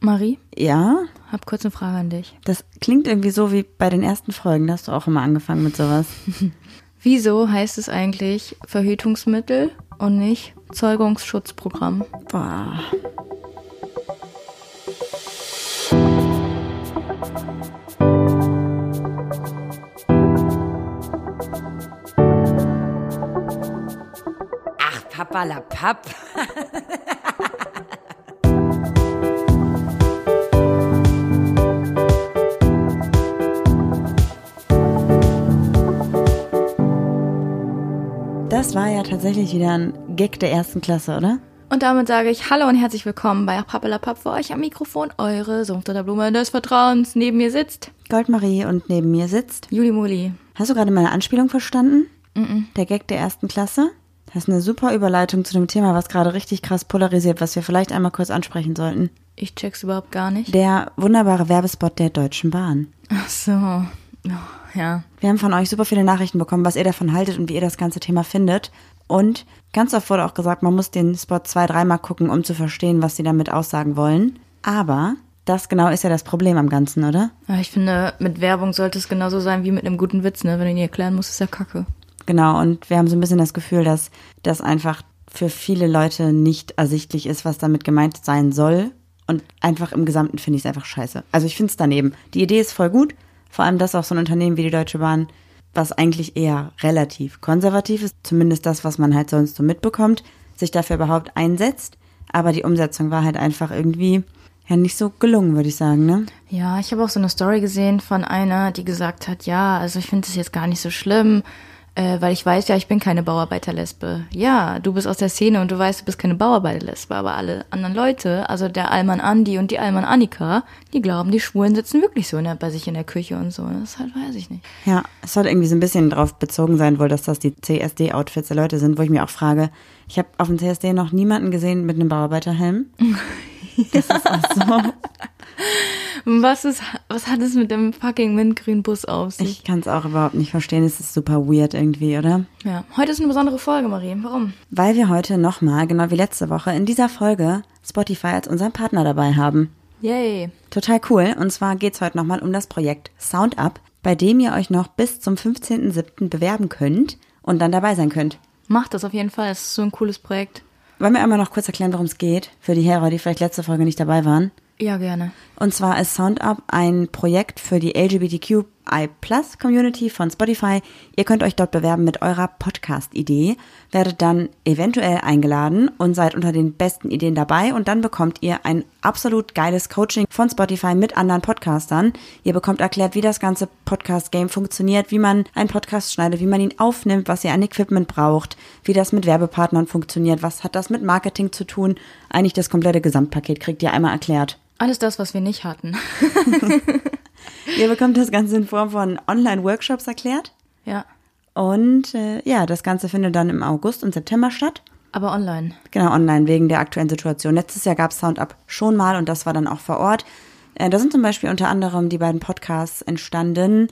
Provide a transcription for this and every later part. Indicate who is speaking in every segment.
Speaker 1: Marie,
Speaker 2: Ja,
Speaker 1: hab kurz eine Frage an dich.
Speaker 2: das klingt irgendwie so wie bei den ersten Folgen. Da hast du auch immer angefangen mit sowas.
Speaker 1: Wieso heißt es eigentlich Verhütungsmittel und nicht Zeugungsschutzprogramm?
Speaker 2: Boah.
Speaker 3: Ach, Papalapap.
Speaker 2: Das war ja tatsächlich wieder ein Gag der ersten Klasse, oder?
Speaker 1: Und damit sage ich Hallo und herzlich willkommen bei Ach Pappelapapp für euch am Mikrofon. Eure Sumpfdotter Blume des Vertrauens. Neben mir sitzt
Speaker 2: Goldmarie und neben mir sitzt.
Speaker 1: Juli Muli.
Speaker 2: Hast du gerade meine Anspielung verstanden? Der Gag der ersten Klasse? Das ist eine super Überleitung zu dem Thema, was gerade richtig krass polarisiert, was wir vielleicht einmal kurz ansprechen sollten.
Speaker 1: Ich check's überhaupt gar nicht.
Speaker 2: Der wunderbare Werbespot der Deutschen Bahn.
Speaker 1: Ach so. Oh, Ja.
Speaker 2: Wir haben von euch super viele Nachrichten bekommen, was ihr davon haltet und wie ihr das ganze Thema findet. Und ganz oft wurde auch gesagt, man muss den Spot zwei, dreimal gucken, um zu verstehen, was sie damit aussagen wollen. Aber das genau ist ja das Problem am Ganzen, oder?
Speaker 1: Aber ich finde, mit Werbung sollte es genauso sein wie mit einem guten Witz, ne? Wenn du ihn erklären musst, ist ja kacke.
Speaker 2: Genau, und wir haben so ein bisschen das Gefühl, dass das einfach für viele Leute nicht ersichtlich ist, was damit gemeint sein soll. Und einfach im Gesamten finde ich es einfach scheiße. Also ich finde es daneben. Die Idee ist voll gut, vor allem dass auch so ein Unternehmen wie die Deutsche Bahn, was eigentlich eher relativ konservativ ist, zumindest das, was man halt sonst so mitbekommt, sich dafür überhaupt einsetzt. Aber die Umsetzung war halt einfach irgendwie ja nicht so gelungen, würde ich sagen, ne?
Speaker 1: Ja, ich habe auch so eine Story gesehen von einer, die gesagt hat, ja, also ich finde es jetzt gar nicht so schlimm, äh, weil ich weiß ja, ich bin keine Bauarbeiterlesbe. Ja, du bist aus der Szene und du weißt, du bist keine Bauarbeiterlesbe, aber alle anderen Leute, also der Allmann Andi und die Allmann Annika, die glauben, die Schwulen sitzen wirklich so in der, bei sich in der Küche und so. Das halt weiß ich nicht.
Speaker 2: Ja, es soll irgendwie so ein bisschen drauf bezogen sein, wohl, dass das die CSD-Outfits der Leute sind, wo ich mir auch frage, ich habe auf dem CSD noch niemanden gesehen mit einem Bauarbeiterhelm. Das ist auch so.
Speaker 1: Was ist, was hat es mit dem fucking windgrünen Bus auf sich?
Speaker 2: Ich kann es auch überhaupt nicht verstehen. Es ist super weird irgendwie, oder?
Speaker 1: ja, heute ist eine besondere Folge, Marie. Warum?
Speaker 2: Weil wir heute nochmal, genau wie letzte Woche, in dieser Folge Spotify als unseren Partner dabei haben.
Speaker 1: Yay.
Speaker 2: Total cool. Und zwar geht's heute nochmal um das Projekt Sound Up, bei dem ihr euch noch bis zum 15.07. bewerben könnt und dann dabei sein könnt.
Speaker 1: Macht das auf jeden Fall. Es ist so ein cooles Projekt.
Speaker 2: Wollen wir einmal noch kurz erklären, worum es geht, für die Hörer, die vielleicht letzte Folge nicht dabei waren?
Speaker 1: Ja, gerne.
Speaker 2: Und zwar ist SoundUp ein Projekt für die LGBTQI Plus Community von Spotify. Ihr könnt euch dort bewerben mit eurer Podcast-Idee, werdet dann eventuell eingeladen und seid unter den besten Ideen dabei und dann bekommt ihr ein absolut geiles Coaching von Spotify mit anderen Podcastern. Ihr bekommt erklärt, wie das ganze Podcast-Game funktioniert, wie man einen Podcast schneidet, wie man ihn aufnimmt, was ihr an Equipment braucht, wie das mit Werbepartnern funktioniert, was hat das mit Marketing zu tun. Eigentlich das komplette Gesamtpaket kriegt ihr einmal erklärt.
Speaker 1: Alles das, was wir nicht hatten.
Speaker 2: Ihr bekommt das Ganze in Form von Online-Workshops erklärt.
Speaker 1: ja,
Speaker 2: Und äh, ja, das Ganze findet dann im August und September statt.
Speaker 1: aber online.
Speaker 2: Genau, online, wegen der aktuellen Situation. Letztes Jahr gab es Sound-Up schon mal und das war dann auch vor Ort. Äh, da sind zum Beispiel unter anderem die beiden Podcasts entstanden.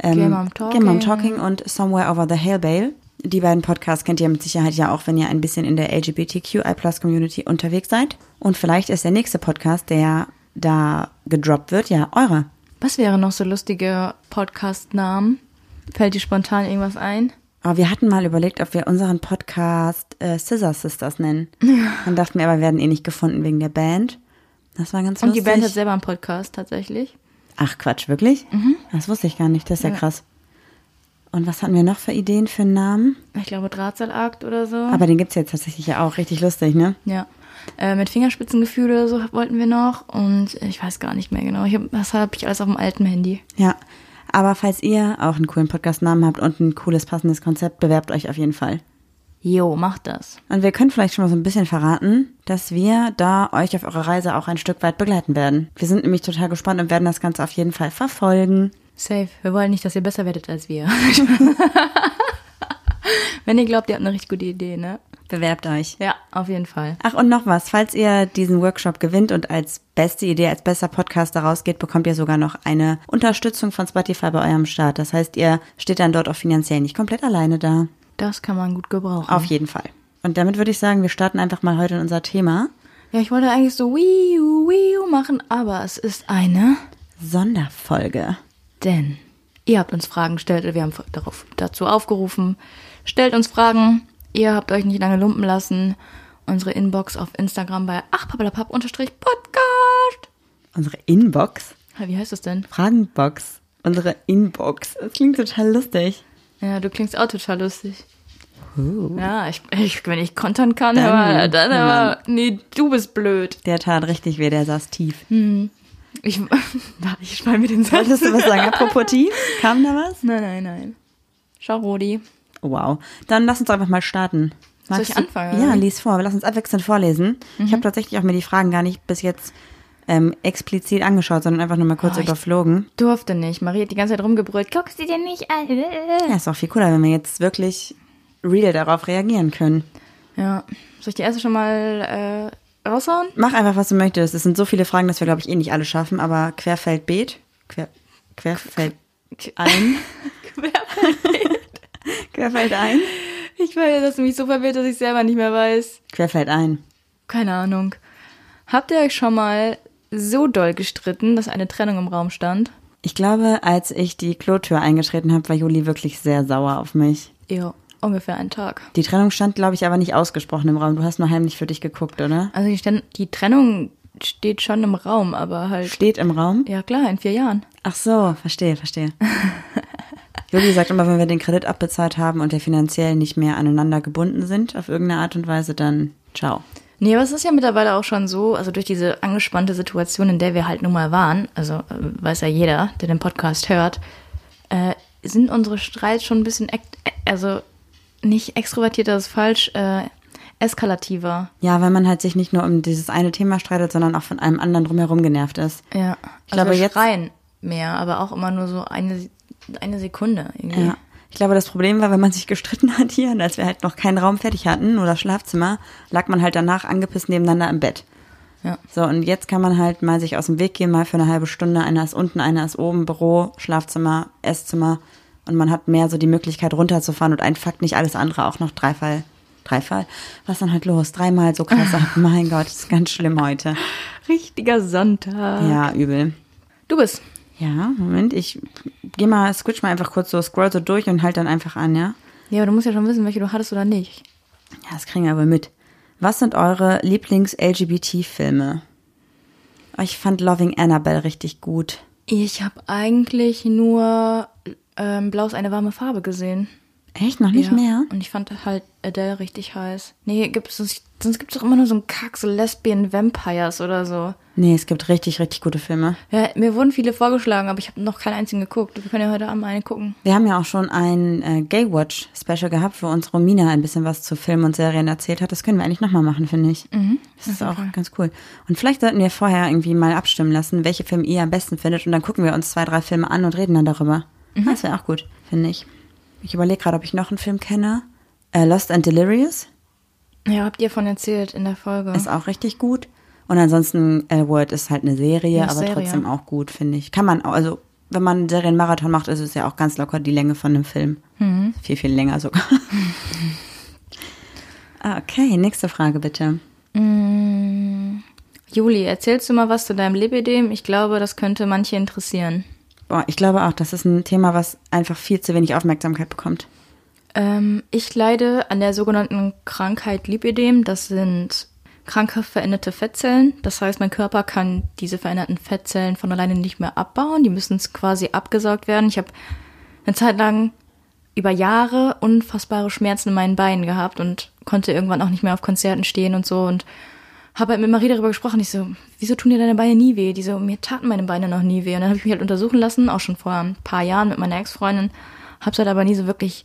Speaker 2: Ähm,
Speaker 1: Gay Mom Talking.
Speaker 2: Gay Mom Talking und Somewhere Over the Hail Bale. Die beiden Podcasts kennt ihr mit Sicherheit ja auch, wenn ihr ein bisschen in der LGBTQI-Plus-Community unterwegs seid. Und vielleicht ist der nächste Podcast, der da gedroppt wird, ja eurer.
Speaker 1: Was wären noch so lustige Podcast-Namen? Fällt dir spontan irgendwas ein?
Speaker 2: Aber wir hatten mal überlegt, ob wir unseren Podcast äh, Scissor Sisters nennen. Dann dachten wir aber, wir werden eh nicht gefunden wegen der Band. Das war ganz
Speaker 1: Und die
Speaker 2: lustig.
Speaker 1: Band hat Mhm. selber einen Podcast tatsächlich.
Speaker 2: Ach Quatsch, wirklich? Das wusste ich gar nicht, das ist ja, krass. Und was hatten wir noch für Ideen für einen Namen?
Speaker 1: Ich glaube Drahtseilakt oder so.
Speaker 2: Aber den gibt's jetzt tatsächlich ja auch, richtig lustig, ne?
Speaker 1: ja. Äh, mit Fingerspitzengefühl oder so wollten wir noch. Und ich weiß gar nicht mehr genau. Ich hab, das habe ich alles auf dem alten Handy.
Speaker 2: Ja. Aber falls ihr auch einen coolen Podcast-Namen habt und ein cooles, passendes Konzept, bewerbt euch auf jeden Fall.
Speaker 1: Jo, macht das.
Speaker 2: Und wir können vielleicht schon mal so ein bisschen verraten, dass wir da euch auf eurer Reise auch ein Stück weit begleiten werden. Wir sind nämlich total gespannt und werden das Ganze auf jeden Fall verfolgen.
Speaker 1: Safe. Wir wollen nicht, dass ihr besser werdet als wir. Wenn ihr glaubt, ihr habt eine richtig gute Idee, ne?
Speaker 2: Bewerbt euch.
Speaker 1: Ja, auf jeden Fall.
Speaker 2: Ach, und noch was. Falls ihr diesen Workshop gewinnt und als beste Idee, als bester Podcast daraus geht, bekommt ihr sogar noch eine Unterstützung von Spotify bei eurem Start. Das heißt, ihr steht dann dort auch finanziell nicht komplett alleine da.
Speaker 1: Das kann man gut gebrauchen.
Speaker 2: Auf jeden Fall. Und damit würde ich sagen, wir starten einfach mal heute in unser Thema.
Speaker 1: Ja, ich wollte eigentlich so Wiu, Wiu machen, aber es ist eine.
Speaker 2: Sonderfolge.
Speaker 1: Denn ihr habt uns Fragen gestellt, wir haben darauf, dazu aufgerufen. Stellt uns Fragen. Ihr habt euch nicht lange lumpen lassen. Unsere Inbox auf Instagram bei achpappalapapp-podcast.
Speaker 2: Unsere Inbox.
Speaker 1: Wie heißt das denn?
Speaker 2: Fragenbox. Unsere Inbox. Das klingt total lustig.
Speaker 1: Ja, du klingst auch total lustig. Ja, ich, ich, wenn ich kontern kann, dann, aber, dann aber, nee, du bist blöd.
Speaker 2: Der tat richtig weh, der saß tief.
Speaker 1: Hm. Ich, ich schreibe mir den Satz.
Speaker 2: Wolltest du was sagen? Apropos tief? Kam da was?
Speaker 1: Nein, nein, nein. Schau, Rodi.
Speaker 2: Wow. Dann lass uns einfach mal starten.
Speaker 1: Soll ich
Speaker 2: du-
Speaker 1: anfangen, oder
Speaker 2: Ja,
Speaker 1: wie? Mhm.
Speaker 2: lies vor. Lass uns abwechselnd vorlesen. Ich habe tatsächlich auch mir die Fragen gar nicht bis jetzt ähm, explizit angeschaut, sondern einfach nur mal kurz
Speaker 1: Oh, ich-
Speaker 2: überflogen.
Speaker 1: Durfte nicht. Marie hat die ganze Zeit rumgebrüllt. Guck sie dir nicht an.
Speaker 2: Ja, ist auch viel cooler, wenn wir jetzt wirklich real darauf reagieren können.
Speaker 1: Ja. Soll ich die erste schon mal äh, raushauen?
Speaker 2: Mach einfach, was du möchtest. Es sind so viele Fragen, dass wir, glaube ich, eh nicht alle schaffen, aber Querfeld beet. Quer, Querfeld ein. Querfeld ein.
Speaker 1: Ich war ja, dass du mich so verwirrt, dass ich selber nicht mehr weiß.
Speaker 2: Querfeld ein.
Speaker 1: Keine Ahnung. Habt ihr euch schon mal so doll gestritten, dass eine Trennung im Raum stand?
Speaker 2: Ich glaube, als ich die Klotür eingetreten habe, war Juli wirklich sehr sauer auf mich.
Speaker 1: Ja, ungefähr einen Tag.
Speaker 2: Die Trennung stand, glaube ich, aber nicht ausgesprochen im Raum. Du hast nur heimlich für dich geguckt, oder?
Speaker 1: Also die, Sten- die Trennung steht schon im Raum, aber halt.
Speaker 2: Steht im Raum.
Speaker 1: Ja klar, in vier Jahren.
Speaker 2: Ach so, verstehe, verstehe. Juli sagt immer, wenn wir den Kredit abbezahlt haben und wir finanziell nicht mehr aneinander gebunden sind, auf irgendeine Art und Weise, dann ciao.
Speaker 1: Nee, aber es ist ja mittlerweile auch schon so, also durch diese angespannte Situation, in der wir halt nun mal waren, also äh, weiß ja jeder, der den Podcast hört, äh, sind unsere Streits schon ein bisschen, ek- äh, also nicht extrovertierter ist falsch, äh, eskalativer.
Speaker 2: Ja, weil man halt sich nicht nur um dieses eine Thema streitet, sondern auch von allem anderen drumherum genervt ist.
Speaker 1: Ja, ich also
Speaker 2: glaube,
Speaker 1: wir
Speaker 2: jetzt-
Speaker 1: schreien mehr, aber auch immer nur so eine, eine Sekunde irgendwie.
Speaker 2: Ja. Ich glaube, das Problem war, wenn man sich gestritten hat hier und als wir halt noch keinen Raum fertig hatten, nur das Schlafzimmer, lag man halt danach angepisst nebeneinander im Bett.
Speaker 1: Ja.
Speaker 2: So, und jetzt kann man halt mal sich aus dem Weg gehen, mal für eine halbe Stunde. Einer ist unten, einer ist oben, Büro, Schlafzimmer, Esszimmer. Und man hat mehr so die Möglichkeit runterzufahren und ein Fakt nicht alles andere auch noch dreifall. Dreifall? Was ist dann halt los? Dreimal so krass. ab. mein Gott, das ist ganz schlimm heute.
Speaker 1: Richtiger Sonntag.
Speaker 2: Ja, übel.
Speaker 1: Du bist.
Speaker 2: Ja, Moment, ich geh mal, switch mal einfach kurz so, scroll so durch und halt dann einfach an, ja?
Speaker 1: Ja, aber du musst ja schon wissen, welche du hattest oder nicht.
Speaker 2: Ja, das kriegen wir aber mit. Was sind eure Lieblings-LGBT-Filme? Oh, Ich fand Loving Annabelle richtig gut.
Speaker 1: Ich habe eigentlich nur ähm, Blau ist eine warme Farbe gesehen.
Speaker 2: Echt? Noch nicht
Speaker 1: Ja.
Speaker 2: mehr?
Speaker 1: Und ich fand halt Adele richtig heiß. Nee, gibt's, sonst sonst gibt's doch immer nur so einen Kack, so Lesbian Vampires oder so.
Speaker 2: Nee, es gibt richtig, richtig gute Filme.
Speaker 1: Ja, mir wurden viele vorgeschlagen, aber ich habe noch keinen einzigen geguckt. Wir können ja heute Abend einen gucken.
Speaker 2: Wir haben ja auch schon ein äh, Gay Watch Special gehabt, wo uns Romina ein bisschen was zu Filmen und Serien erzählt hat. Das können wir eigentlich nochmal machen, finde ich. Das ist auch ganz cool. Und vielleicht sollten wir vorher irgendwie mal abstimmen lassen, welche Filme ihr am besten findet. Und dann gucken wir uns zwei, drei Filme an und reden dann darüber. Das wäre auch gut, finde ich. Ich überlege gerade, ob ich noch einen Film kenne. Äh, Lost and Delirious
Speaker 1: Ja, habt ihr von erzählt in der Folge.
Speaker 2: ist auch richtig gut. Und ansonsten, L Word ist halt eine Serie,
Speaker 1: Eine
Speaker 2: aber
Speaker 1: Serie.
Speaker 2: trotzdem auch gut, finde ich. Kann man, auch- also wenn man einen Serienmarathon macht, ist es ja auch ganz locker die Länge von einem Film.
Speaker 1: Mhm.
Speaker 2: Viel, viel länger sogar. okay, nächste Frage bitte.
Speaker 1: Juli, erzählst du mal was zu deinem Lebedem? Ich glaube, das könnte manche interessieren.
Speaker 2: Boah, ich glaube auch, das ist ein Thema, was einfach viel zu wenig Aufmerksamkeit bekommt.
Speaker 1: Ähm, ich leide an der sogenannten Krankheit Lipidem. Das sind kranke veränderte Fettzellen. Das heißt, mein Körper kann diese veränderten Fettzellen von alleine nicht mehr abbauen. Die müssen s- quasi abgesaugt werden. Ich habe eine Zeit lang über Jahre unfassbare Schmerzen in meinen Beinen gehabt und konnte irgendwann auch nicht mehr auf Konzerten stehen und so und habe halt mit Marie darüber gesprochen. Ich so, wieso tun dir deine Beine nie weh? Die so, mir taten meine Beine noch nie weh. Und dann habe ich mich halt untersuchen lassen, auch schon vor ein paar Jahren mit meiner Ex-Freundin. Hab's halt aber nie so wirklich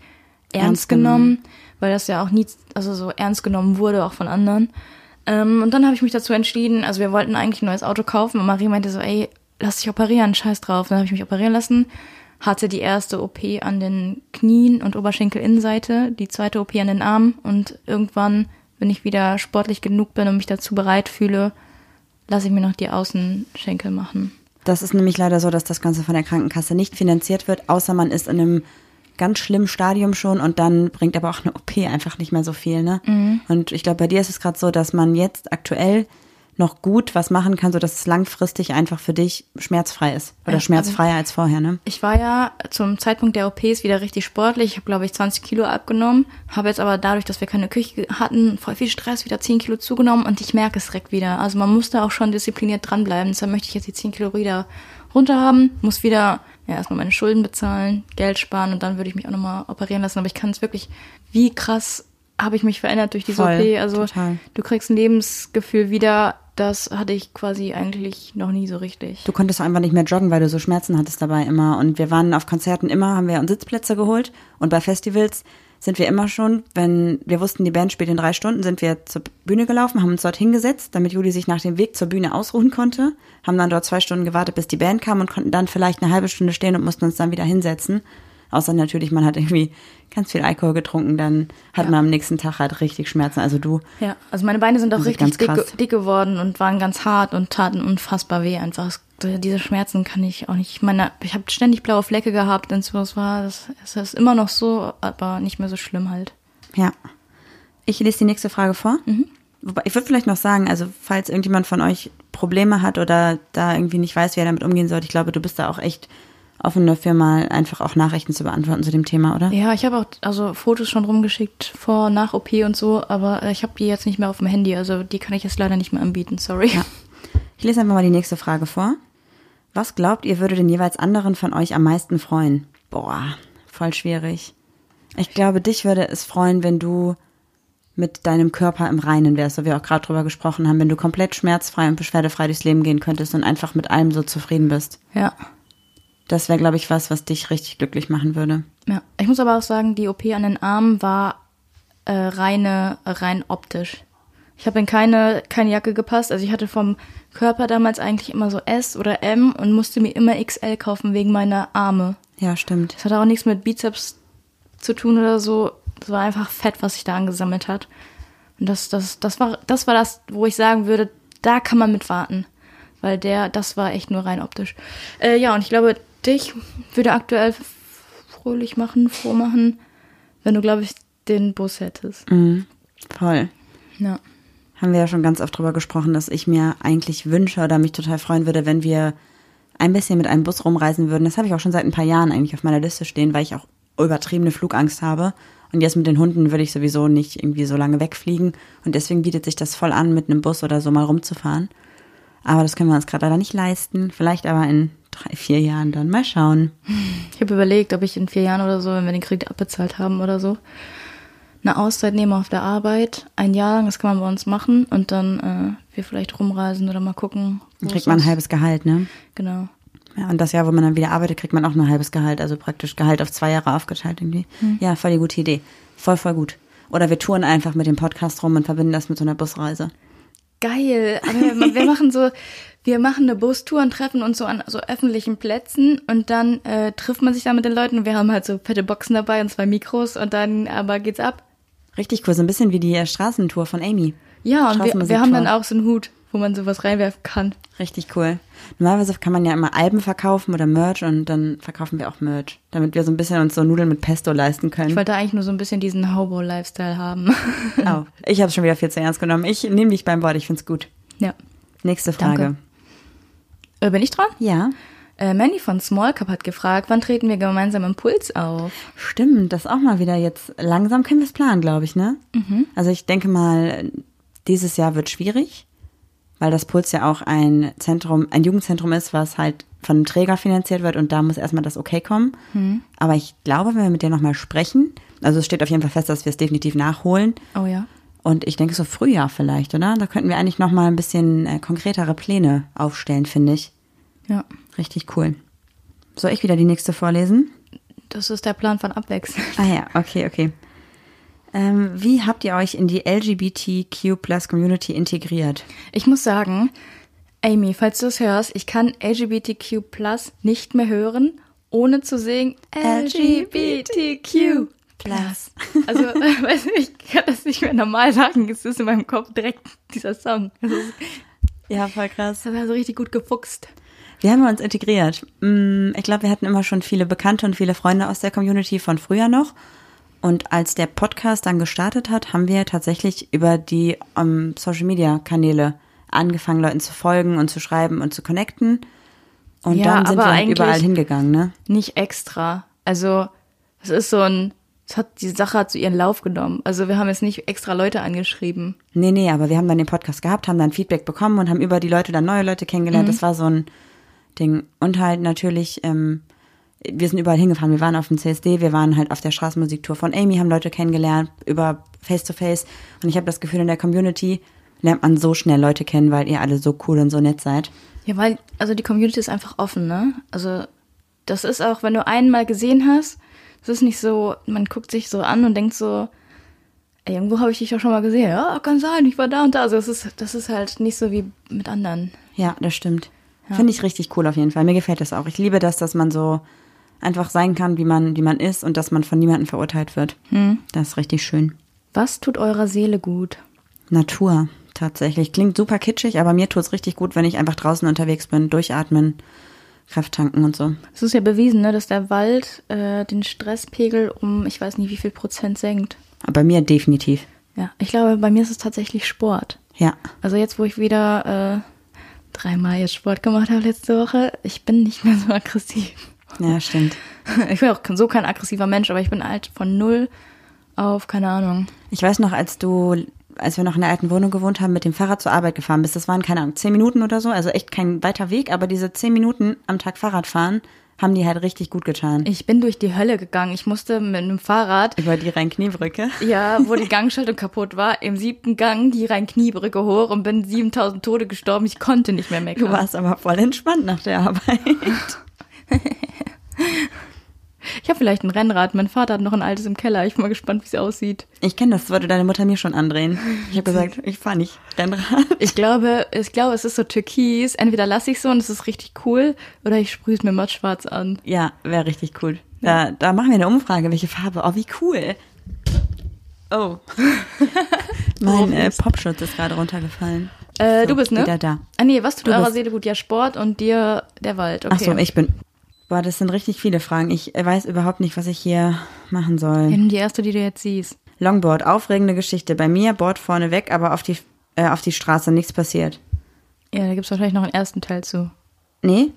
Speaker 1: ernst,
Speaker 2: Ernst
Speaker 1: genommen,
Speaker 2: genommen.
Speaker 1: weil das ja auch nie also so ernst genommen wurde, auch von anderen. Ähm, und dann habe ich mich dazu entschieden, also wir wollten eigentlich ein neues Auto kaufen und Marie meinte so, ey, lass dich operieren, scheiß drauf. Dann habe ich mich operieren lassen, hatte die erste OP an den Knien und Oberschenkelinnenseite, die zweite OP an den Armen und irgendwann, wenn ich wieder sportlich genug bin und mich dazu bereit fühle, lasse ich mir noch die Außenschenkel machen.
Speaker 2: Das ist nämlich leider so, dass das Ganze von der Krankenkasse nicht finanziert wird, außer man ist in einem ganz schlimmen Stadium schon und dann bringt aber auch eine OP einfach nicht mehr so viel, ne? Und ich glaube, bei dir ist es gerade so, dass man jetzt aktuell noch gut was machen kann, sodass es langfristig einfach für dich schmerzfrei ist. Oder
Speaker 1: Ja,
Speaker 2: schmerzfreier als vorher, ne?
Speaker 1: Ich war ja zum Zeitpunkt der OPs wieder richtig sportlich. Ich habe, glaube ich, 20 Kilo abgenommen. Habe jetzt aber dadurch, dass wir keine Küche hatten, voll viel Stress, wieder 10 Kilo zugenommen und ich merke es direkt wieder. Also man muss da auch schon diszipliniert dranbleiben. Deshalb möchte ich jetzt die 10 Kilo wieder runter haben. Muss wieder ja, erstmal meine Schulden bezahlen, Geld sparen und dann würde ich mich auch nochmal operieren lassen. Aber ich kann es wirklich, wie krass habe ich mich verändert durch diese
Speaker 2: Voll,
Speaker 1: OP. Also
Speaker 2: total.
Speaker 1: du kriegst ein Lebensgefühl wieder. Das hatte ich quasi eigentlich noch nie so richtig.
Speaker 2: Du konntest einfach nicht mehr joggen, weil du so Schmerzen hattest dabei immer. Und wir waren auf Konzerten immer, haben wir uns Sitzplätze geholt. Und bei Festivals sind wir immer schon, wenn wir wussten, die Band spielt in drei Stunden, sind wir zur Bühne gelaufen, haben uns dort hingesetzt, damit Juli sich nach dem Weg zur Bühne ausruhen konnte. Haben dann dort zwei Stunden gewartet, bis die Band kam und konnten dann vielleicht eine halbe Stunde stehen und mussten uns dann wieder hinsetzen. Außer natürlich, man hat irgendwie ganz viel Alkohol getrunken, dann hat man am nächsten Tag halt richtig Schmerzen. Also du,
Speaker 1: Ja, also meine Beine sind auch
Speaker 2: Also
Speaker 1: richtig
Speaker 2: ganz
Speaker 1: dick,
Speaker 2: krass.
Speaker 1: dick geworden und waren ganz hart und taten unfassbar weh einfach. Es- Diese Schmerzen kann ich auch nicht. Ich meine, ich habe ständig blaue Flecke gehabt und so. Das war, das, es ist immer noch so, aber nicht mehr so schlimm halt.
Speaker 2: Ja. Ich lese die nächste Frage vor. Wobei, ich würde vielleicht noch sagen, also falls irgendjemand von euch Probleme hat oder da irgendwie nicht weiß, wie er damit umgehen sollte, ich glaube, du bist da auch echt offen dafür, mal einfach auch Nachrichten zu beantworten zu dem Thema, oder?
Speaker 1: Ja, ich habe auch also Fotos schon rumgeschickt vor, nach OP und so, aber äh, ich habe die jetzt nicht mehr auf dem Handy. Also die kann ich jetzt leider nicht mehr anbieten. Sorry.
Speaker 2: Ich lese einfach mal die nächste Frage vor. Was glaubt ihr, würde den jeweils anderen von euch am meisten freuen? Boah, voll schwierig. Ich glaube, dich würde es freuen, wenn du mit deinem Körper im Reinen wärst, so wie wir auch gerade drüber gesprochen haben, wenn du komplett schmerzfrei und beschwerdefrei durchs Leben gehen könntest und einfach mit allem so zufrieden bist.
Speaker 1: Ja.
Speaker 2: Das wäre, glaube ich, was, was dich richtig glücklich machen würde.
Speaker 1: Ja, ich muss aber auch sagen, die OP an den Armen war äh, reine, rein optisch. Ich habe in keine, keine Jacke gepasst. Also ich hatte vom Körper damals eigentlich immer so S oder M und musste mir immer XL kaufen wegen meiner Arme.
Speaker 2: Ja, stimmt.
Speaker 1: Das hatte auch nichts mit Bizeps zu tun oder so. Das war einfach Fett, was sich da angesammelt hat. Und das, das, das war, das war das, wo ich sagen würde, da kann man mit warten. Weil der, das war echt nur rein optisch. Äh, ja, und ich glaube, dich würde aktuell f- fröhlich machen, froh machen, wenn du, glaube ich, den Bus hättest.
Speaker 2: Voll.
Speaker 1: Ja.
Speaker 2: Haben wir ja schon ganz oft drüber gesprochen, dass ich mir eigentlich wünsche oder mich total freuen würde, wenn wir ein bisschen mit einem Bus rumreisen würden. Das habe ich auch schon seit ein paar Jahren eigentlich auf meiner Liste stehen, weil ich auch übertriebene Flugangst habe. Und jetzt mit den Hunden würde ich sowieso nicht irgendwie so lange wegfliegen. Und deswegen bietet sich das voll an, mit einem Bus oder so mal rumzufahren. Aber das können wir uns gerade leider nicht leisten. Vielleicht aber in drei, vier Jahren dann mal schauen.
Speaker 1: Ich habe überlegt, ob ich in vier Jahren oder so, wenn wir den Kredit abbezahlt haben oder so, eine Auszeit nehme auf der Arbeit. Ein Jahr lang, das kann man bei uns machen. Und dann äh, wir vielleicht rumreisen oder mal gucken. wo
Speaker 2: Dann kriegt
Speaker 1: es
Speaker 2: man ein
Speaker 1: ist.
Speaker 2: halbes Gehalt, ne?
Speaker 1: Genau.
Speaker 2: Ja, und das Jahr, wo man dann wieder arbeitet, kriegt man auch nur ein halbes Gehalt, also praktisch Gehalt auf zwei Jahre aufgeteilt irgendwie.
Speaker 1: Hm.
Speaker 2: Ja, voll die gute Idee. Voll, voll gut. Oder wir touren einfach mit dem Podcast rum und verbinden das mit so einer Busreise.
Speaker 1: Geil. Aber wir, wir machen so, wir machen eine Bustour und treffen uns so an so öffentlichen Plätzen und dann äh, trifft man sich da mit den Leuten und wir haben halt so fette Boxen dabei und zwei Mikros und dann aber geht's ab.
Speaker 2: Richtig cool, so ein bisschen wie die äh, Straßentour von Amy.
Speaker 1: Ja, und wir, wir
Speaker 2: Straßenmusiktour.
Speaker 1: haben dann auch so einen Hut, wo man sowas reinwerfen kann.
Speaker 2: Richtig cool. Normalerweise kann man ja immer Alben verkaufen oder Merch und dann verkaufen wir auch Merch, damit wir so ein bisschen uns so Nudeln mit Pesto leisten können.
Speaker 1: Ich wollte eigentlich nur so ein bisschen diesen Hobo-Lifestyle haben.
Speaker 2: oh, ich habe schon wieder viel zu ernst genommen. Ich nehme dich beim Wort, ich find's gut.
Speaker 1: ja.
Speaker 2: Nächste Frage.
Speaker 1: Danke. Äh, bin ich dran?
Speaker 2: Ja,
Speaker 1: Äh, Mandy von Small Cup hat gefragt, wann treten wir gemeinsam im Puls auf?
Speaker 2: Stimmt, das auch mal wieder jetzt. Langsam können wir es planen, glaube ich, ne? Also ich denke mal, dieses Jahr wird schwierig, weil das Puls ja auch ein Zentrum, ein Jugendzentrum ist, was halt von einem Träger finanziert wird und da muss erstmal das Okay kommen. Aber ich glaube, wenn wir mit dir nochmal sprechen, also es steht auf jeden Fall fest, dass wir es definitiv nachholen.
Speaker 1: Oh ja.
Speaker 2: Und ich denke so Frühjahr vielleicht, oder? Da könnten wir eigentlich nochmal ein bisschen äh, konkretere Pläne aufstellen, finde ich.
Speaker 1: Ja.
Speaker 2: Richtig cool. Soll ich wieder die nächste vorlesen?
Speaker 1: Das ist der Plan von Abwechseln.
Speaker 2: Ah ja, okay, okay. Ähm, wie habt ihr euch in die LGBTQ Community integriert?
Speaker 1: Ich muss sagen, Amy, falls du es hörst, ich kann LGBTQ nicht mehr hören, ohne zu singen LGBTQ. Also, äh, weiß nicht, ich kann das nicht mehr normal sagen. Es ist in meinem Kopf direkt dieser Song. Das ist-
Speaker 2: Ja, voll krass.
Speaker 1: das hat also richtig gut gefuchst.
Speaker 2: Wie haben wir uns integriert? Mm, Ich glaube, wir hatten immer schon viele Bekannte und viele Freunde aus der Community von früher noch. Und als der Podcast dann gestartet hat, haben wir tatsächlich über die ähm, Social Media Kanäle angefangen, Leuten zu folgen und zu schreiben und zu connecten. Und
Speaker 1: Ja,
Speaker 2: dann sind
Speaker 1: aber
Speaker 2: wir halt
Speaker 1: eigentlich-
Speaker 2: überall hingegangen, ne?
Speaker 1: Nicht extra. Also, es ist so ein, es hat, die Sache hat so ihren Lauf genommen. Also, wir haben jetzt nicht extra Leute angeschrieben.
Speaker 2: Nee, nee, aber wir haben dann den Podcast gehabt, haben dann Feedback bekommen und haben über die Leute dann neue Leute kennengelernt. Das war so ein Ding. Und halt natürlich, ähm, wir sind überall hingefahren. Wir waren auf dem CSD, wir waren halt auf der Straßenmusiktour von Amy, haben Leute kennengelernt über Face-to-Face. Und ich habe das Gefühl, in der Community lernt man so schnell Leute kennen, weil ihr alle so cool und so nett seid.
Speaker 1: Ja, weil, also die Community ist einfach offen, ne? Also, das ist auch, wenn du einen mal gesehen hast, es ist nicht so, man guckt sich so an und denkt so, ey, irgendwo habe ich dich doch schon mal gesehen. Ja, kann sein, ich war da und da. Also, das ist, das ist halt nicht so wie mit anderen.
Speaker 2: Ja, das stimmt. Finde ich richtig cool auf jeden Fall. Mir gefällt das auch. Ich liebe das, dass man so einfach sein kann, wie man, wie man ist und dass man von niemandem verurteilt wird. Das ist richtig schön.
Speaker 1: Was tut eurer Seele gut?
Speaker 2: Natur, tatsächlich. Klingt super kitschig, aber mir tut's richtig gut, wenn ich einfach draußen unterwegs bin, durchatmen, Kraft tanken und so.
Speaker 1: Es ist ja bewiesen, ne, dass der Wald äh, den Stresspegel um, ich weiß nicht, wie viel Prozent senkt.
Speaker 2: Aber bei mir definitiv.
Speaker 1: Ja, ich glaube, bei mir ist es tatsächlich Sport.
Speaker 2: Ja.
Speaker 1: Also jetzt, wo ich wieder äh, dreimal jetzt Sport gemacht habe letzte Woche, ich bin nicht mehr so aggressiv.
Speaker 2: Ja, stimmt.
Speaker 1: Ich bin auch so kein aggressiver Mensch, aber ich bin halt von null auf, keine Ahnung.
Speaker 2: Ich weiß noch, als du, als wir noch in der alten Wohnung gewohnt haben, mit dem Fahrrad zur Arbeit gefahren bist, das waren, keine Ahnung, zehn Minuten oder so, also echt kein weiter Weg, aber diese zehn Minuten am Tag Fahrrad fahren, haben die halt richtig gut getan.
Speaker 1: Ich bin durch die Hölle gegangen. Ich musste mit einem Fahrrad
Speaker 2: Über die Rhein-Kniebrücke.
Speaker 1: Ja, wo die Gangschaltung kaputt war, im siebten Gang die Rhein-Kniebrücke hoch und bin 7000 Tode gestorben. Ich konnte nicht mehr
Speaker 2: Du
Speaker 1: meckern.
Speaker 2: warst aber voll entspannt nach der Arbeit.
Speaker 1: Ich habe vielleicht ein Rennrad. Mein Vater hat noch ein altes im Keller. Ich bin mal gespannt, wie es aussieht.
Speaker 2: Ich kenne das, das wollte deine Mutter mir schon andrehen. Ich habe gesagt, ich fahre nicht Rennrad.
Speaker 1: Ich glaube, ich glaube, es ist so türkis. Entweder lasse ich so und es ist richtig cool oder ich sprühe es mir mattschwarz an.
Speaker 2: Ja, wäre richtig cool. Da, da machen wir eine Umfrage, welche Farbe. Oh, wie cool. Oh. mein äh, Popschutz ist gerade runtergefallen.
Speaker 1: Oh, Äh,
Speaker 2: So,
Speaker 1: du bist, ne?
Speaker 2: Wieder da.
Speaker 1: Ah nee, was tut
Speaker 2: Du
Speaker 1: eurer
Speaker 2: bist-
Speaker 1: Seele gut? Ja, Sport und dir der Wald. Okay.
Speaker 2: Ach so, ich bin. Boah, das sind richtig viele Fragen. Ich äh, weiß überhaupt nicht, was ich hier machen soll.
Speaker 1: Nimm die erste, die du jetzt siehst.
Speaker 2: Longboard, aufregende Geschichte. Bei mir Board vorne weg, aber auf die, äh, auf die Straße, nichts passiert.
Speaker 1: Ja, da gibt's wahrscheinlich noch einen ersten Teil zu.
Speaker 2: Nee?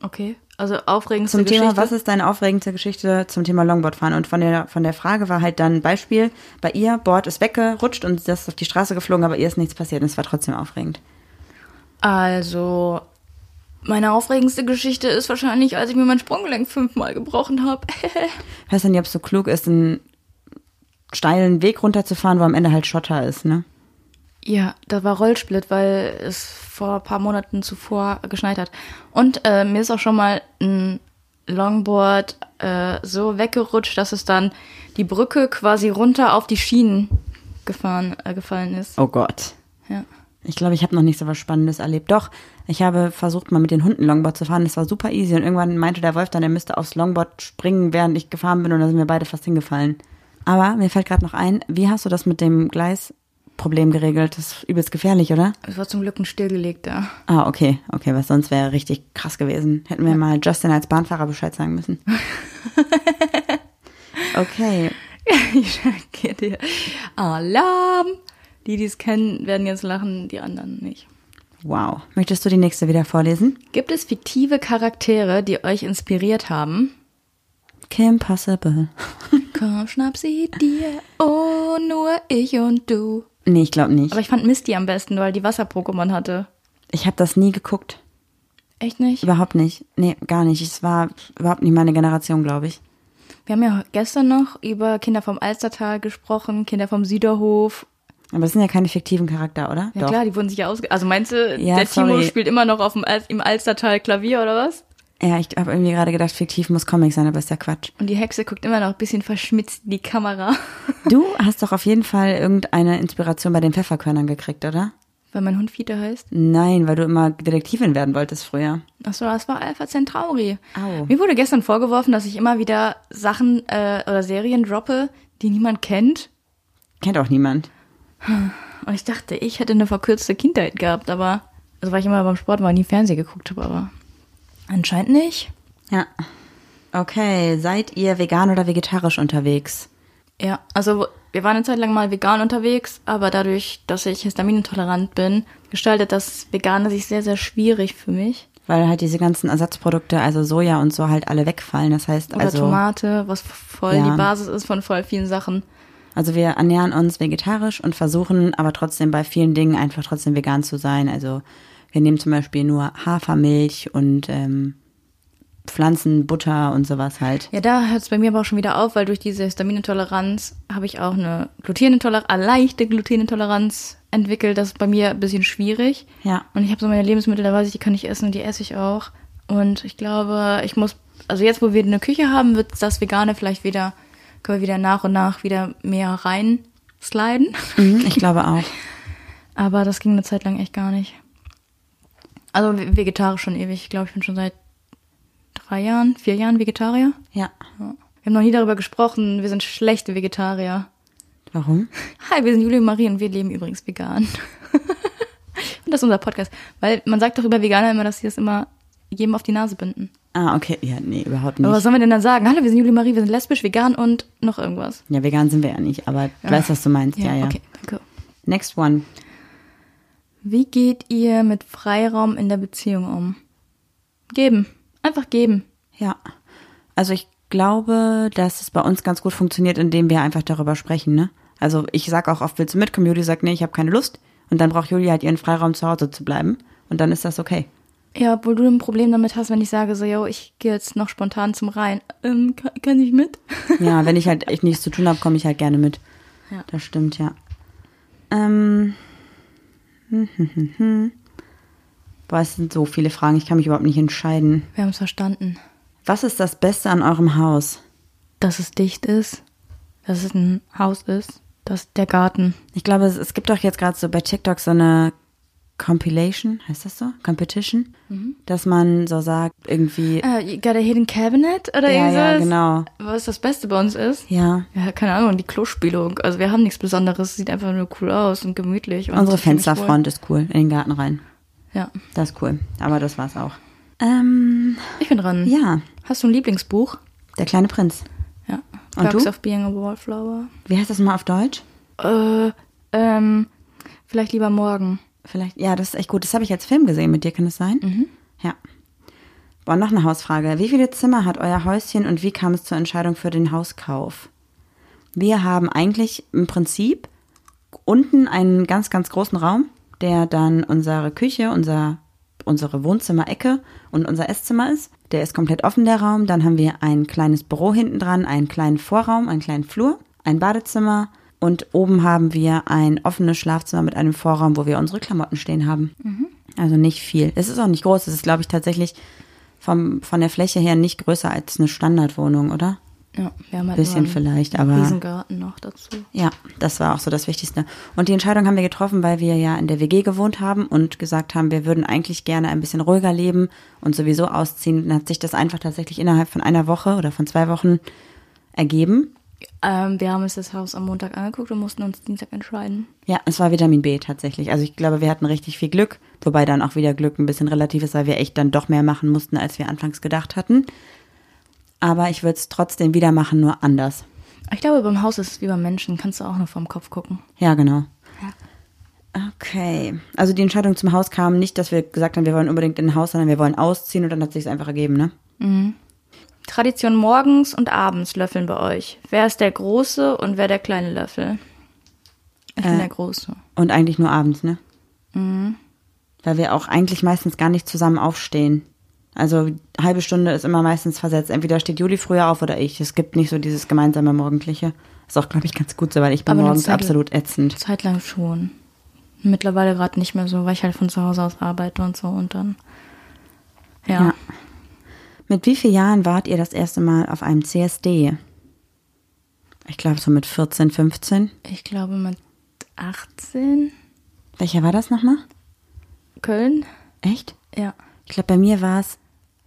Speaker 1: Okay. Also aufregendste
Speaker 2: Zum
Speaker 1: Geschichte.
Speaker 2: Thema, was ist deine aufregendste Geschichte zum Thema Longboardfahren? Und von der, von der Frage war halt dann ein Beispiel. Bei ihr, Board ist weggerutscht und das ist auf die Straße geflogen, aber ihr ist nichts passiert und es war trotzdem aufregend.
Speaker 1: Also, meine aufregendste Geschichte ist wahrscheinlich, als ich mir mein Sprunggelenk fünfmal gebrochen habe.
Speaker 2: Ich weiß ja nicht, ob es so klug ist, einen steilen Weg runterzufahren, wo am Ende halt Schotter ist, ne?
Speaker 1: ja, da war Rollsplit, weil es vor ein paar Monaten zuvor geschneit hat. Und äh, mir ist auch schon mal ein Longboard äh, so weggerutscht, dass es dann die Brücke quasi runter auf die Schienen gefahren, äh, gefallen ist.
Speaker 2: Oh Gott.
Speaker 1: Ja.
Speaker 2: Ich glaube, ich habe noch nicht so was Spannendes erlebt. Doch, ich habe versucht, mal mit den Hunden Longboard zu fahren. Das war super easy. Und irgendwann meinte der Wolf dann, er müsste aufs Longboard springen, während ich gefahren bin. Und da sind wir beide fast hingefallen. Aber mir fällt gerade noch ein, wie hast du das mit dem Gleisproblem geregelt? Das ist übelst gefährlich, oder?
Speaker 1: Es war zum Glück ein stillgelegter.
Speaker 2: Ah, okay. Okay, was sonst wäre richtig krass gewesen. Hätten wir mal Justin als Bahnfahrer Bescheid sagen müssen. Okay.
Speaker 1: ich sage dir, Alarm! Die, die es kennen, werden jetzt lachen, die anderen nicht.
Speaker 2: Wow. Möchtest du die nächste wieder vorlesen?
Speaker 1: Gibt es fiktive Charaktere, die euch inspiriert haben?
Speaker 2: Kim Possible.
Speaker 1: Komm, schnapp sie dir. Oh, nur ich und du.
Speaker 2: Nee, ich glaube nicht.
Speaker 1: Aber ich fand Misty am besten, weil die Wasser-Pokémon hatte.
Speaker 2: Ich habe das nie geguckt.
Speaker 1: Echt nicht?
Speaker 2: Überhaupt nicht. Nee, gar nicht. Es war überhaupt nicht meine Generation, glaube ich.
Speaker 1: Wir haben ja gestern noch über Kinder vom Alstertal gesprochen, Kinder vom Süderhof.
Speaker 2: Aber das sind ja keine fiktiven Charakter, oder?
Speaker 1: Ja klar, die wurden sich ja ausge... Also meinst du,
Speaker 2: Ja,
Speaker 1: der Timo
Speaker 2: sorry.
Speaker 1: spielt immer noch auf dem Al im Alstertal Klavier oder was?
Speaker 2: Ja, ich habe irgendwie gerade gedacht, fiktiv muss Comic sein, aber ist ja Quatsch.
Speaker 1: Und die Hexe guckt immer noch ein bisschen verschmitzt in die Kamera.
Speaker 2: Du hast doch auf jeden Fall irgendeine Inspiration bei den Pfefferkörnern gekriegt, oder?
Speaker 1: Weil mein Hund Fiete heißt.
Speaker 2: Nein, weil du immer Detektivin werden wolltest früher.
Speaker 1: Achso, das war Alpha Centauri.
Speaker 2: Au.
Speaker 1: Mir wurde gestern vorgeworfen, dass ich immer wieder Sachen äh, oder Serien droppe, die niemand kennt.
Speaker 2: Kennt auch niemand.
Speaker 1: Und ich dachte, ich hätte eine verkürzte Kindheit gehabt, aber. Also, weil ich immer beim Sport war und nie Fernsehen geguckt habe, aber. Anscheinend nicht.
Speaker 2: Ja. Okay, seid ihr vegan oder vegetarisch unterwegs?
Speaker 1: Ja, also wir waren eine Zeit lang mal vegan unterwegs, aber dadurch, dass ich histaminintolerant bin, gestaltet das Vegane sich sehr, sehr schwierig für mich.
Speaker 2: Weil halt diese ganzen Ersatzprodukte, also Soja und so, halt alle wegfallen. Das heißt
Speaker 1: Oder
Speaker 2: also.
Speaker 1: Tomate, was voll
Speaker 2: Ja.
Speaker 1: die Basis ist von voll vielen Sachen.
Speaker 2: Also wir ernähren uns vegetarisch und versuchen aber trotzdem bei vielen Dingen einfach trotzdem vegan zu sein. Also wir nehmen zum Beispiel nur Hafermilch und ähm, Pflanzenbutter und sowas halt.
Speaker 1: Ja, da hört es bei mir aber auch schon wieder auf, weil durch diese Histaminintoleranz habe ich auch eine Glutenintoleranz, eine leichte Glutenintoleranz entwickelt. Das ist bei mir ein bisschen schwierig.
Speaker 2: Ja.
Speaker 1: Und ich habe so meine Lebensmittel, da weiß ich, die kann ich essen und die esse ich auch. Und ich glaube, ich muss, also jetzt, wo wir eine Küche haben, wird das Vegane vielleicht wieder, können wir wieder nach und nach wieder mehr rein sliden.
Speaker 2: Mhm, Ich glaube auch.
Speaker 1: Aber das ging eine Zeit lang echt gar nicht. Also ve- vegetarisch schon ewig. Ich glaube, ich bin schon seit drei Jahren, vier Jahren Vegetarier.
Speaker 2: Ja.
Speaker 1: Ja. Wir haben noch nie darüber gesprochen. Wir sind schlechte Vegetarier.
Speaker 2: Warum?
Speaker 1: Hi, wir sind Julia und Marie und wir leben übrigens vegan. und das ist unser Podcast. Weil man sagt doch über Veganer immer, dass sie das immer jedem auf die Nase binden.
Speaker 2: Ah, okay. Ja, nee, überhaupt
Speaker 1: Aber was
Speaker 2: nicht.
Speaker 1: sollen wir denn dann sagen? Hallo, wir sind Julia und Marie, wir sind lesbisch, vegan und noch irgendwas.
Speaker 2: Ja, vegan sind wir ja nicht, aber du weißt, was du meinst. Ja, ja.
Speaker 1: Okay, danke.
Speaker 2: Next one.
Speaker 1: Wie geht ihr mit Freiraum in der Beziehung um? Geben. Einfach geben.
Speaker 2: Ja. Also ich glaube, dass es bei uns ganz gut funktioniert, indem wir einfach darüber sprechen, ne? Also ich sag auch oft, willst du mitkommen? Juli sagt, nee, ich habe keine Lust. Und dann braucht Juli halt ihren Freiraum zu Hause zu bleiben. Und dann ist das okay.
Speaker 1: Ja, obwohl du ein Problem damit hast, wenn ich sage, so, yo, ich gehe jetzt noch spontan zum Rhein. Ähm, kann, kann ich mit?
Speaker 2: Ja, wenn ich halt echt nichts zu tun habe, komme ich halt gerne mit.
Speaker 1: Ja.
Speaker 2: Das stimmt, ja. Ähm. hm, hm, hm, hm. Boah, es sind so viele Fragen, ich kann mich überhaupt nicht entscheiden.
Speaker 1: Wir haben es verstanden.
Speaker 2: Was ist das Beste an eurem Haus?
Speaker 1: Dass es dicht ist, dass es ein Haus ist, dass der Garten.
Speaker 2: Ich glaube, es, es gibt doch jetzt gerade so bei TikTok so eine Compilation, heißt das so? Competition? Dass man so sagt, irgendwie.
Speaker 1: Äh, you got a hidden cabinet oder
Speaker 2: ja,
Speaker 1: irgendwas?
Speaker 2: ja, genau.
Speaker 1: Was das Beste bei uns ist?
Speaker 2: Ja.
Speaker 1: Ja, keine Ahnung, die Klospülung. Also wir haben nichts Besonderes, sieht einfach nur cool aus und gemütlich. Und
Speaker 2: Unsere
Speaker 1: ich fühl mich
Speaker 2: Fensterfront ist cool, in den Garten rein.
Speaker 1: wohl. Ja,
Speaker 2: Das ist cool. Aber das war's auch. Ähm,
Speaker 1: ich bin dran.
Speaker 2: ja.
Speaker 1: Hast du ein Lieblingsbuch?
Speaker 2: Der kleine Prinz.
Speaker 1: Ja.
Speaker 2: Und
Speaker 1: Perks
Speaker 2: du?
Speaker 1: of Being a Wallflower.
Speaker 2: Wie heißt das mal auf Deutsch?
Speaker 1: Äh, ähm, vielleicht lieber morgen.
Speaker 2: Vielleicht, ja, das ist echt gut. Das habe ich als Film gesehen mit dir, kann es sein? Ja. Boah, noch eine Hausfrage. Wie viele Zimmer hat euer Häuschen und wie kam es zur Entscheidung für den Hauskauf? Wir haben eigentlich im Prinzip unten einen ganz, ganz großen Raum, der dann unsere Küche, unser, unsere Wohnzimmerecke und unser Esszimmer ist. Der ist komplett offen, der Raum. Dann haben wir ein kleines Büro hinten dran, einen kleinen Vorraum, einen kleinen Flur, ein Badezimmer. Und oben haben wir ein offenes Schlafzimmer mit einem Vorraum, wo wir unsere Klamotten stehen haben. Also nicht viel. Es ist auch nicht groß. Es ist, glaube ich, tatsächlich vom, von der Fläche her nicht größer als eine Standardwohnung, oder?
Speaker 1: Ja, wir haben halt nur
Speaker 2: Bisschen
Speaker 1: einen
Speaker 2: vielleicht, aber.
Speaker 1: Riesengarten noch dazu.
Speaker 2: Ja, das war auch so das Wichtigste. Und die Entscheidung haben wir getroffen, weil wir ja in der WG gewohnt haben und gesagt haben, wir würden eigentlich gerne ein bisschen ruhiger leben und sowieso ausziehen. Dann hat sich das einfach tatsächlich innerhalb von einer Woche oder von zwei Wochen ergeben.
Speaker 1: Ähm, wir haben uns das Haus am Montag angeguckt und mussten uns Dienstag entscheiden.
Speaker 2: Ja, es war Vitamin B tatsächlich. Also ich glaube, wir hatten richtig viel Glück, wobei dann auch wieder Glück ein bisschen relativ ist, weil wir echt dann doch mehr machen mussten, als wir anfangs gedacht hatten. Aber ich würde es trotzdem wieder machen, nur anders.
Speaker 1: Ich glaube, beim Haus ist es wie beim Menschen, kannst du auch nur vom Kopf gucken.
Speaker 2: Ja, genau. Okay. Also die Entscheidung zum Haus kam nicht, dass wir gesagt haben, wir wollen unbedingt in ein Haus, sondern wir wollen ausziehen und dann hat sich einfach ergeben, ne?
Speaker 1: Tradition morgens und abends löffeln bei euch. Wer ist der große und wer der kleine Löffel? Ich
Speaker 2: Äh.
Speaker 1: bin der große.
Speaker 2: Und eigentlich nur abends, ne? Mhm. Weil wir auch eigentlich meistens gar nicht zusammen aufstehen. Also halbe Stunde ist immer meistens versetzt. Entweder steht Juli früher auf oder ich. Es gibt nicht so dieses gemeinsame Morgendliche. Ist auch, glaube ich, ganz gut so, weil ich bin
Speaker 1: Aber eine
Speaker 2: morgens
Speaker 1: Zeit-
Speaker 2: absolut ätzend.
Speaker 1: Zeitlang schon. Mittlerweile gerade nicht mehr so, weil ich halt von zu Hause aus arbeite und so und dann. Ja.
Speaker 2: Ja. Mit wie vielen Jahren wart ihr das erste Mal auf einem CSD? Ich glaube so mit 14, 15.
Speaker 1: Ich glaube mit 18
Speaker 2: Welcher war das nochmal?
Speaker 1: Köln.
Speaker 2: Echt?
Speaker 1: Ja.
Speaker 2: Ich glaube, bei mir war es,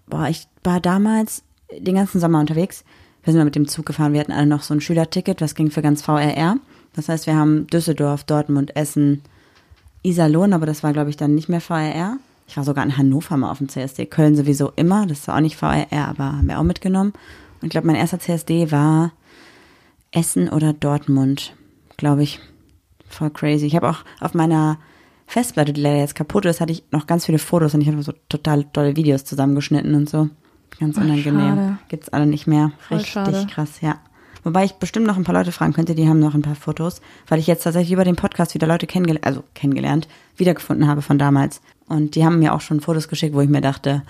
Speaker 2: boah, ich war damals den ganzen Sommer unterwegs. Wir sind mal mit dem Zug gefahren. Wir hatten alle noch so ein Schülerticket, das ging für ganz VRR. Das heißt, wir haben Düsseldorf, Dortmund, Essen, Iserlohn, aber das war, glaube ich, dann nicht mehr VRR. Ich war sogar in Hannover mal auf dem CSD. Köln sowieso immer. Das war auch nicht VRR, aber haben wir auch mitgenommen. Und ich glaube, mein erster CSD war Essen oder Dortmund. glaube ich. Voll crazy. Ich habe auch auf meiner Festplatte, die leider jetzt kaputt ist, hatte ich noch ganz viele Fotos und ich habe so total tolle Videos zusammengeschnitten und so. Ganz
Speaker 1: Ach,
Speaker 2: unangenehm.
Speaker 1: schade.
Speaker 2: Gibt's alle nicht mehr.
Speaker 1: Voll
Speaker 2: Richtig
Speaker 1: schade.
Speaker 2: krass, ja. Wobei ich bestimmt noch ein paar Leute fragen könnte, die haben noch ein paar Fotos, weil ich jetzt tatsächlich über den Podcast wieder Leute kennengelernt, also kennengelernt, wiedergefunden habe von damals. Und die haben mir auch schon Fotos geschickt, wo ich mir dachte,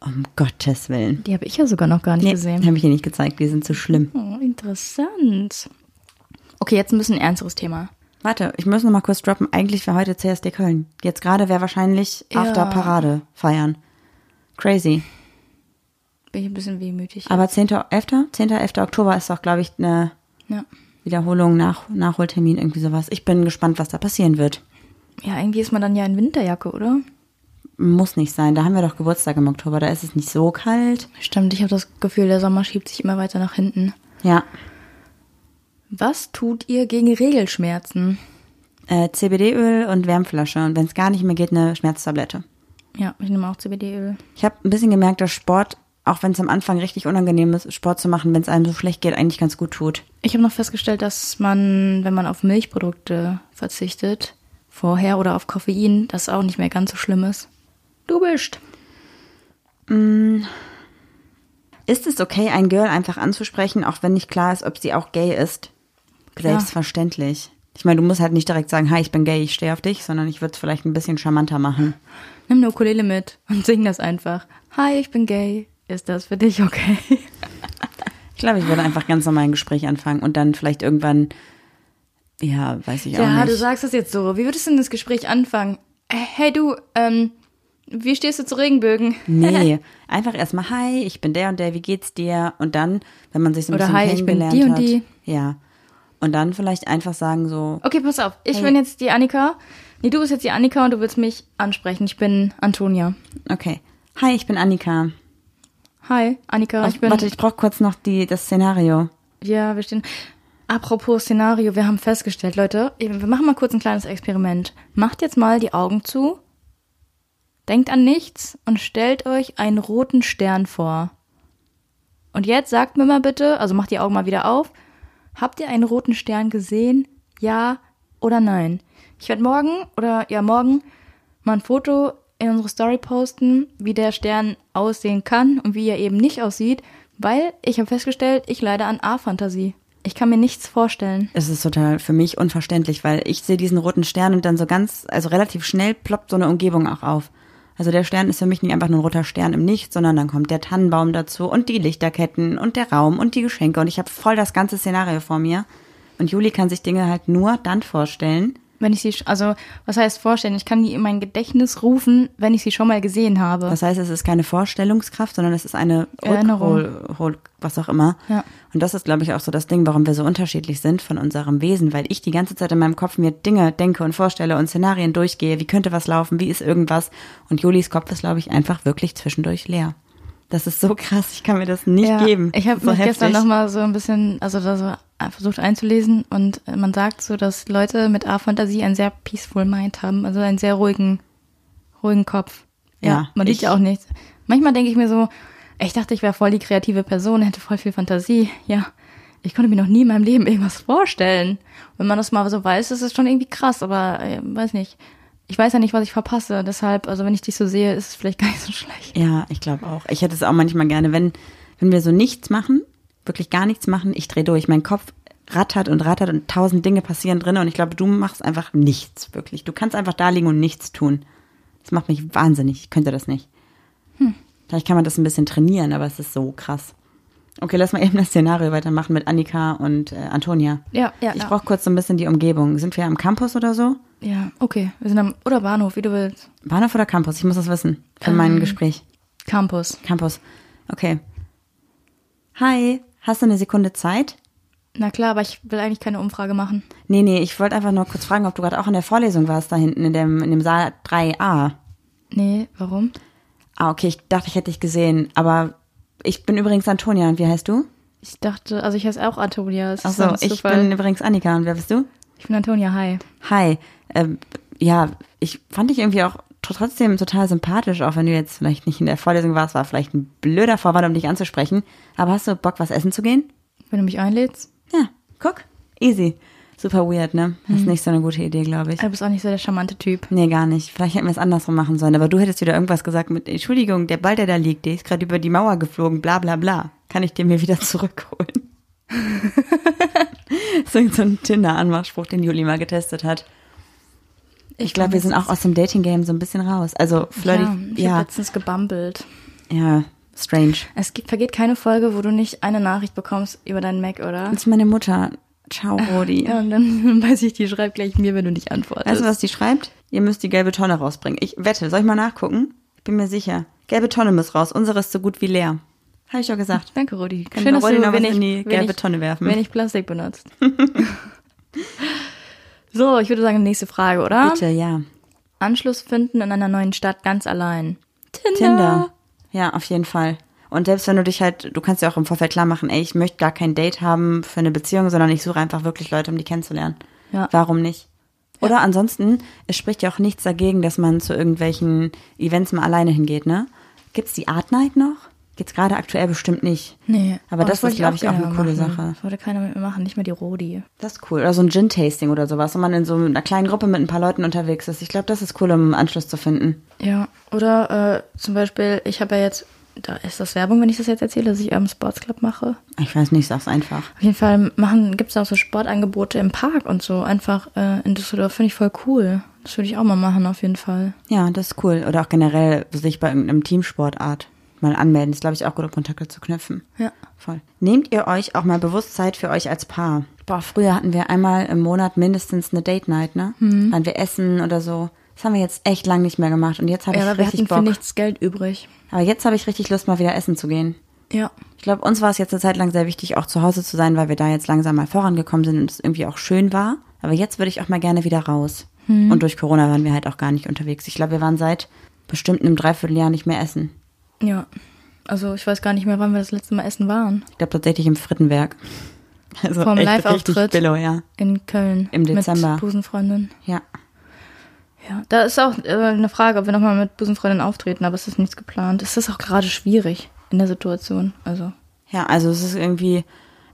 Speaker 2: um Gottes Willen.
Speaker 1: Die habe ich ja sogar noch gar nicht
Speaker 2: Nee,
Speaker 1: gesehen.
Speaker 2: habe ich ihr nicht gezeigt, die sind zu schlimm.
Speaker 1: Oh, interessant. Okay, jetzt ein bisschen ernsteres Thema.
Speaker 2: Warte, ich muss noch mal kurz droppen, eigentlich wäre heute CSD Köln. Jetzt gerade wäre wahrscheinlich
Speaker 1: Ja.
Speaker 2: After Parade feiern. Crazy.
Speaker 1: Bin ich ein bisschen wehmütig.
Speaker 2: Aber 10. 11. 10. 11. Oktober ist doch, glaube ich, ne eine
Speaker 1: ja.
Speaker 2: Wiederholung, Nach Nachholtermin, irgendwie sowas. Ich bin gespannt, was da passieren wird.
Speaker 1: ja, irgendwie ist man dann ja in Winterjacke, oder?
Speaker 2: Muss nicht sein. Da haben wir doch Geburtstag im Oktober. Da ist es nicht so kalt.
Speaker 1: Stimmt, ich habe das Gefühl, der Sommer schiebt sich immer weiter nach hinten.
Speaker 2: Ja.
Speaker 1: Was tut ihr gegen Regelschmerzen?
Speaker 2: Äh, CBD-Öl und Wärmflasche. Und wenn es gar nicht mehr geht, eine Schmerztablette.
Speaker 1: Ja, ich nehme auch CBD-Öl.
Speaker 2: Ich habe ein bisschen gemerkt, dass Sport, auch wenn es am Anfang richtig unangenehm ist, Sport zu machen, wenn es einem so schlecht geht, eigentlich ganz gut tut.
Speaker 1: Ich habe noch festgestellt, dass man, wenn man auf Milchprodukte verzichtet, vorher oder auf Koffein, das auch nicht mehr ganz so schlimm ist. Du bist.
Speaker 2: Ist es okay, ein Girl einfach anzusprechen, auch wenn nicht klar ist, ob sie auch gay ist?
Speaker 1: Klar.
Speaker 2: Selbstverständlich. Ich meine, du musst halt nicht direkt sagen, hi, ich bin gay, ich stehe auf dich, sondern ich würde es vielleicht ein bisschen charmanter machen.
Speaker 1: Nimm eine Ukulele mit und sing das einfach. Hi, ich bin gay. Ist das für dich okay?
Speaker 2: Ich glaube, ich würde einfach ganz normal ein Gespräch anfangen und dann vielleicht irgendwann, ja, weiß ich auch
Speaker 1: Ja, du
Speaker 2: nicht.
Speaker 1: sagst das jetzt so. Wie würdest du denn das Gespräch anfangen? Äh, Hey du, ähm, wie stehst du zu Regenbögen?
Speaker 2: Nee, einfach erstmal, hi, ich bin der und der, wie geht's dir? Und dann, wenn man sich so ein
Speaker 1: Oder
Speaker 2: bisschen
Speaker 1: hi, ich bin
Speaker 2: kennengelernt
Speaker 1: die und
Speaker 2: hat.
Speaker 1: die.
Speaker 2: Ja. Und dann vielleicht einfach sagen so,
Speaker 1: Okay, pass auf. Ich
Speaker 2: Hey.
Speaker 1: bin jetzt die Annika. Nee, du bist jetzt die Annika und du willst mich ansprechen. Ich bin Antonia.
Speaker 2: okay, hi, ich bin Annika.
Speaker 1: Hi, Annika. ich bin.
Speaker 2: Warte, ich brauche kurz noch die, das Szenario.
Speaker 1: Ja, wir stehen. Apropos Szenario, wir haben festgestellt, Leute, wir machen mal kurz ein kleines Experiment. Macht jetzt mal die Augen zu, denkt an nichts und stellt euch einen roten Stern vor. Und jetzt sagt mir mal bitte, also macht die Augen mal wieder auf, habt ihr einen roten Stern gesehen? Ja oder nein? Ich werde morgen oder ja morgen mal ein Foto in unsere Story posten, wie der Stern aussehen kann und wie er eben nicht aussieht, weil ich habe festgestellt, ich leide an A-Fantasie. Ich kann mir nichts vorstellen.
Speaker 2: Es ist total für mich unverständlich, weil ich sehe diesen roten Stern und dann so ganz, also relativ schnell ploppt so eine Umgebung auch auf. Also der Stern ist für mich nicht einfach nur ein roter Stern im Nichts, sondern dann kommt der Tannenbaum dazu und die Lichterketten und der Raum und die Geschenke und ich habe voll das ganze Szenario vor mir. Und Juli kann sich Dinge halt nur dann vorstellen.
Speaker 1: Wenn ich sie, sch- also was heißt vorstellen? Ich kann die in mein Gedächtnis rufen, wenn ich sie schon mal gesehen habe.
Speaker 2: Das heißt, es ist keine Vorstellungskraft, sondern es ist eine Rück-
Speaker 1: Erinnerung.
Speaker 2: Hol- Hol- was auch immer.
Speaker 1: Ja.
Speaker 2: Und das ist, glaube ich, auch so das Ding, warum wir so unterschiedlich sind von unserem Wesen, weil ich die ganze Zeit in meinem Kopf mir Dinge denke und vorstelle und Szenarien durchgehe, wie könnte was laufen, wie ist irgendwas. Und Julis Kopf ist, glaube ich, einfach wirklich zwischendurch leer. Das ist so krass, ich kann mir das nicht
Speaker 1: Ja,
Speaker 2: geben.
Speaker 1: Ich habe
Speaker 2: so
Speaker 1: mich gestern
Speaker 2: heftig.
Speaker 1: nochmal so ein bisschen, also da so versucht einzulesen und man sagt so, dass Leute mit A-Fantasie einen sehr peaceful mind haben, also einen sehr ruhigen, ruhigen Kopf. Ja,
Speaker 2: Ja,
Speaker 1: man
Speaker 2: ich-
Speaker 1: sieht ja auch nichts. Manchmal denke ich mir so, ich dachte, ich wäre voll die kreative Person, hätte voll viel Fantasie. Ja, ich konnte mir noch nie in meinem Leben irgendwas vorstellen. Wenn man das mal so weiß, ist es schon irgendwie krass, aber äh, weiß nicht. Ich weiß ja nicht, was ich verpasse. Deshalb, also wenn ich dich so sehe, ist es vielleicht gar nicht so schlecht.
Speaker 2: Ja, ich glaube auch. Ich hätte es auch manchmal gerne, wenn, wenn wir so nichts machen, wirklich gar nichts machen, ich drehe durch. Mein Kopf rattert und rattert und tausend Dinge passieren drin und ich glaube, du machst einfach nichts, wirklich. Du kannst einfach da liegen und nichts tun. Das macht mich wahnsinnig. Ich könnte das nicht.
Speaker 1: Hm.
Speaker 2: Vielleicht kann man das ein bisschen trainieren, aber es ist so krass. Okay, lass mal eben das Szenario weitermachen mit Annika und äh, Antonia.
Speaker 1: Ja, ja,
Speaker 2: Ich
Speaker 1: ja.
Speaker 2: brauche kurz so ein bisschen die Umgebung. Sind wir am Campus oder so?
Speaker 1: Ja, okay. Wir sind am, oder Bahnhof, wie du willst.
Speaker 2: Bahnhof oder Campus? Ich muss das wissen für
Speaker 1: Ähm,
Speaker 2: mein Gespräch.
Speaker 1: Campus.
Speaker 2: Campus. Okay. Hi, hast du eine Sekunde Zeit?
Speaker 1: Na klar, aber ich will eigentlich keine Umfrage machen.
Speaker 2: Nee, nee, ich wollte einfach nur kurz fragen, ob du gerade auch in der Vorlesung warst, da hinten in dem, in dem Saal 3a.
Speaker 1: Nee, warum?
Speaker 2: Ah, okay, ich dachte, ich hätte dich gesehen, aber ich bin übrigens Antonia und wie heißt du?
Speaker 1: Ich dachte, also ich heiße auch Antonia. Es ist
Speaker 2: Achso,
Speaker 1: ein
Speaker 2: ich
Speaker 1: Zufall.
Speaker 2: bin übrigens Annika und wer bist du?
Speaker 1: ich bin Antonia, hi.
Speaker 2: Hi. Ähm, ja, ich fand dich irgendwie auch tr- trotzdem total sympathisch, auch wenn du jetzt vielleicht nicht in der Vorlesung warst, war vielleicht ein blöder Vorwand, um dich anzusprechen. Aber hast du Bock, was essen zu gehen?
Speaker 1: Wenn du mich einlädst.
Speaker 2: Ja, guck, easy. Super weird, ne?
Speaker 1: Mhm.
Speaker 2: Das ist nicht so eine gute Idee, glaube ich.
Speaker 1: Du bist auch nicht so der charmante Typ.
Speaker 2: Nee, gar nicht. Vielleicht hätten wir es andersrum machen sollen. Aber du hättest wieder irgendwas gesagt mit, Entschuldigung, der Ball, der da liegt, der ist gerade über die Mauer geflogen, bla bla bla. Kann ich den mir wieder zurückholen? das ist irgend so ein Tinder-Anmachspruch, den Juli mal getestet hat. Ich glaube, wir sind auch aus dem Dating-Game so ein bisschen raus. Also,
Speaker 1: ja,
Speaker 2: flirty,
Speaker 1: ich ja.
Speaker 2: ja,
Speaker 1: habe letztens gebumbelt.
Speaker 2: ja, strange.
Speaker 1: Es gibt, vergeht keine Folge, wo du nicht eine Nachricht bekommst über deinen Mac, oder?
Speaker 2: Das ist meine Mutter. Ciao, Rodi.
Speaker 1: Äh, Ja, und dann weiß ich, die schreibt gleich mir, wenn du nicht antwortest.
Speaker 2: Weißt du, was die schreibt? Ihr müsst die gelbe Tonne rausbringen. Ich wette, soll ich mal nachgucken? Ich bin mir sicher. Gelbe Tonne muss raus. Unsere ist so gut wie leer. Habe ich doch gesagt.
Speaker 1: Danke, Rudi.
Speaker 2: Kann Rudi noch was in die gelbe Tonne werfen.
Speaker 1: Wenn ich Plastik benutzt. so, ich würde sagen, nächste Frage, oder?
Speaker 2: Bitte, ja.
Speaker 1: Anschluss finden in einer neuen Stadt ganz allein. Tinder.
Speaker 2: Tinder. Ja, auf jeden Fall. Und selbst wenn du dich halt, du kannst ja auch im Vorfeld klar machen, ey, ich möchte gar kein Date haben für eine Beziehung, sondern ich suche einfach wirklich Leute, um die kennenzulernen.
Speaker 1: Ja.
Speaker 2: Warum nicht? Oder ansonsten, es spricht ja auch nichts dagegen, dass man zu irgendwelchen Events mal alleine hingeht, ne? Gibt's die Art Night noch? Geht's gerade aktuell bestimmt nicht.
Speaker 1: Nee. Oh,
Speaker 2: Aber das, ist, glaube ich, auch eine coole Sache.
Speaker 1: Das wollte keiner mit mir machen, nicht mal die Rodi.
Speaker 2: Das ist cool. Oder so ein Gin-Tasting oder sowas, wenn man in so einer kleinen Gruppe mit ein paar Leuten unterwegs ist. Ich glaube, das ist cool, um Anschluss zu finden.
Speaker 1: Ja, oder äh, zum Beispiel, ich habe ja jetzt, da ist das Werbung, wenn ich das jetzt erzähle, dass ich am Sportsclub mache.
Speaker 2: Ich weiß nicht, sag's einfach.
Speaker 1: Auf jeden Fall machen, gibt's auch so Sportangebote im Park und so. Einfach äh, in Düsseldorf finde ich voll cool. Das würde ich auch mal machen, auf jeden Fall.
Speaker 2: Ja, das ist cool. Oder auch generell sich bei irgendeinem Teamsportart mal anmelden. Ist, glaube ich, auch gut, um Kontakte zu knüpfen.
Speaker 1: Ja.
Speaker 2: Voll. Nehmt ihr euch auch mal bewusst Zeit für euch als Paar. Boah, früher hatten wir einmal im Monat mindestens eine Date Night, ne? Mhm. Waren wir essen oder so. Das haben wir jetzt echt lang nicht mehr gemacht. Und jetzt habe
Speaker 1: Ja,
Speaker 2: ich
Speaker 1: aber wir hatten
Speaker 2: richtig
Speaker 1: für
Speaker 2: Bock.
Speaker 1: nichts Geld übrig.
Speaker 2: Aber jetzt habe ich richtig Lust, mal wieder essen zu gehen.
Speaker 1: Ja.
Speaker 2: Ich glaube, uns war es jetzt eine Zeit lang sehr wichtig, auch zu Hause zu sein, weil wir da jetzt langsam mal vorangekommen sind und es irgendwie auch schön war. Aber jetzt würde ich auch mal gerne wieder raus.
Speaker 1: Hm.
Speaker 2: Und durch Corona waren wir halt auch gar nicht unterwegs. Ich glaube, wir waren seit bestimmt einem Dreivierteljahr nicht mehr essen.
Speaker 1: Ja. Also ich weiß gar nicht mehr, wann wir das letzte Mal essen waren.
Speaker 2: Ich glaube tatsächlich im Frittenwerk. Also
Speaker 1: Vom
Speaker 2: echt
Speaker 1: Live-Auftritt?
Speaker 2: richtig Billo, ja.
Speaker 1: In Köln.
Speaker 2: Im Dezember.
Speaker 1: Mit Busenfreundin.
Speaker 2: Ja.
Speaker 1: Ja. Da ist auch äh, eine Frage, ob wir nochmal mit Busenfreundin auftreten, aber es ist nichts geplant. Es ist auch gerade schwierig in der Situation. Also.
Speaker 2: Ja, also es ist irgendwie,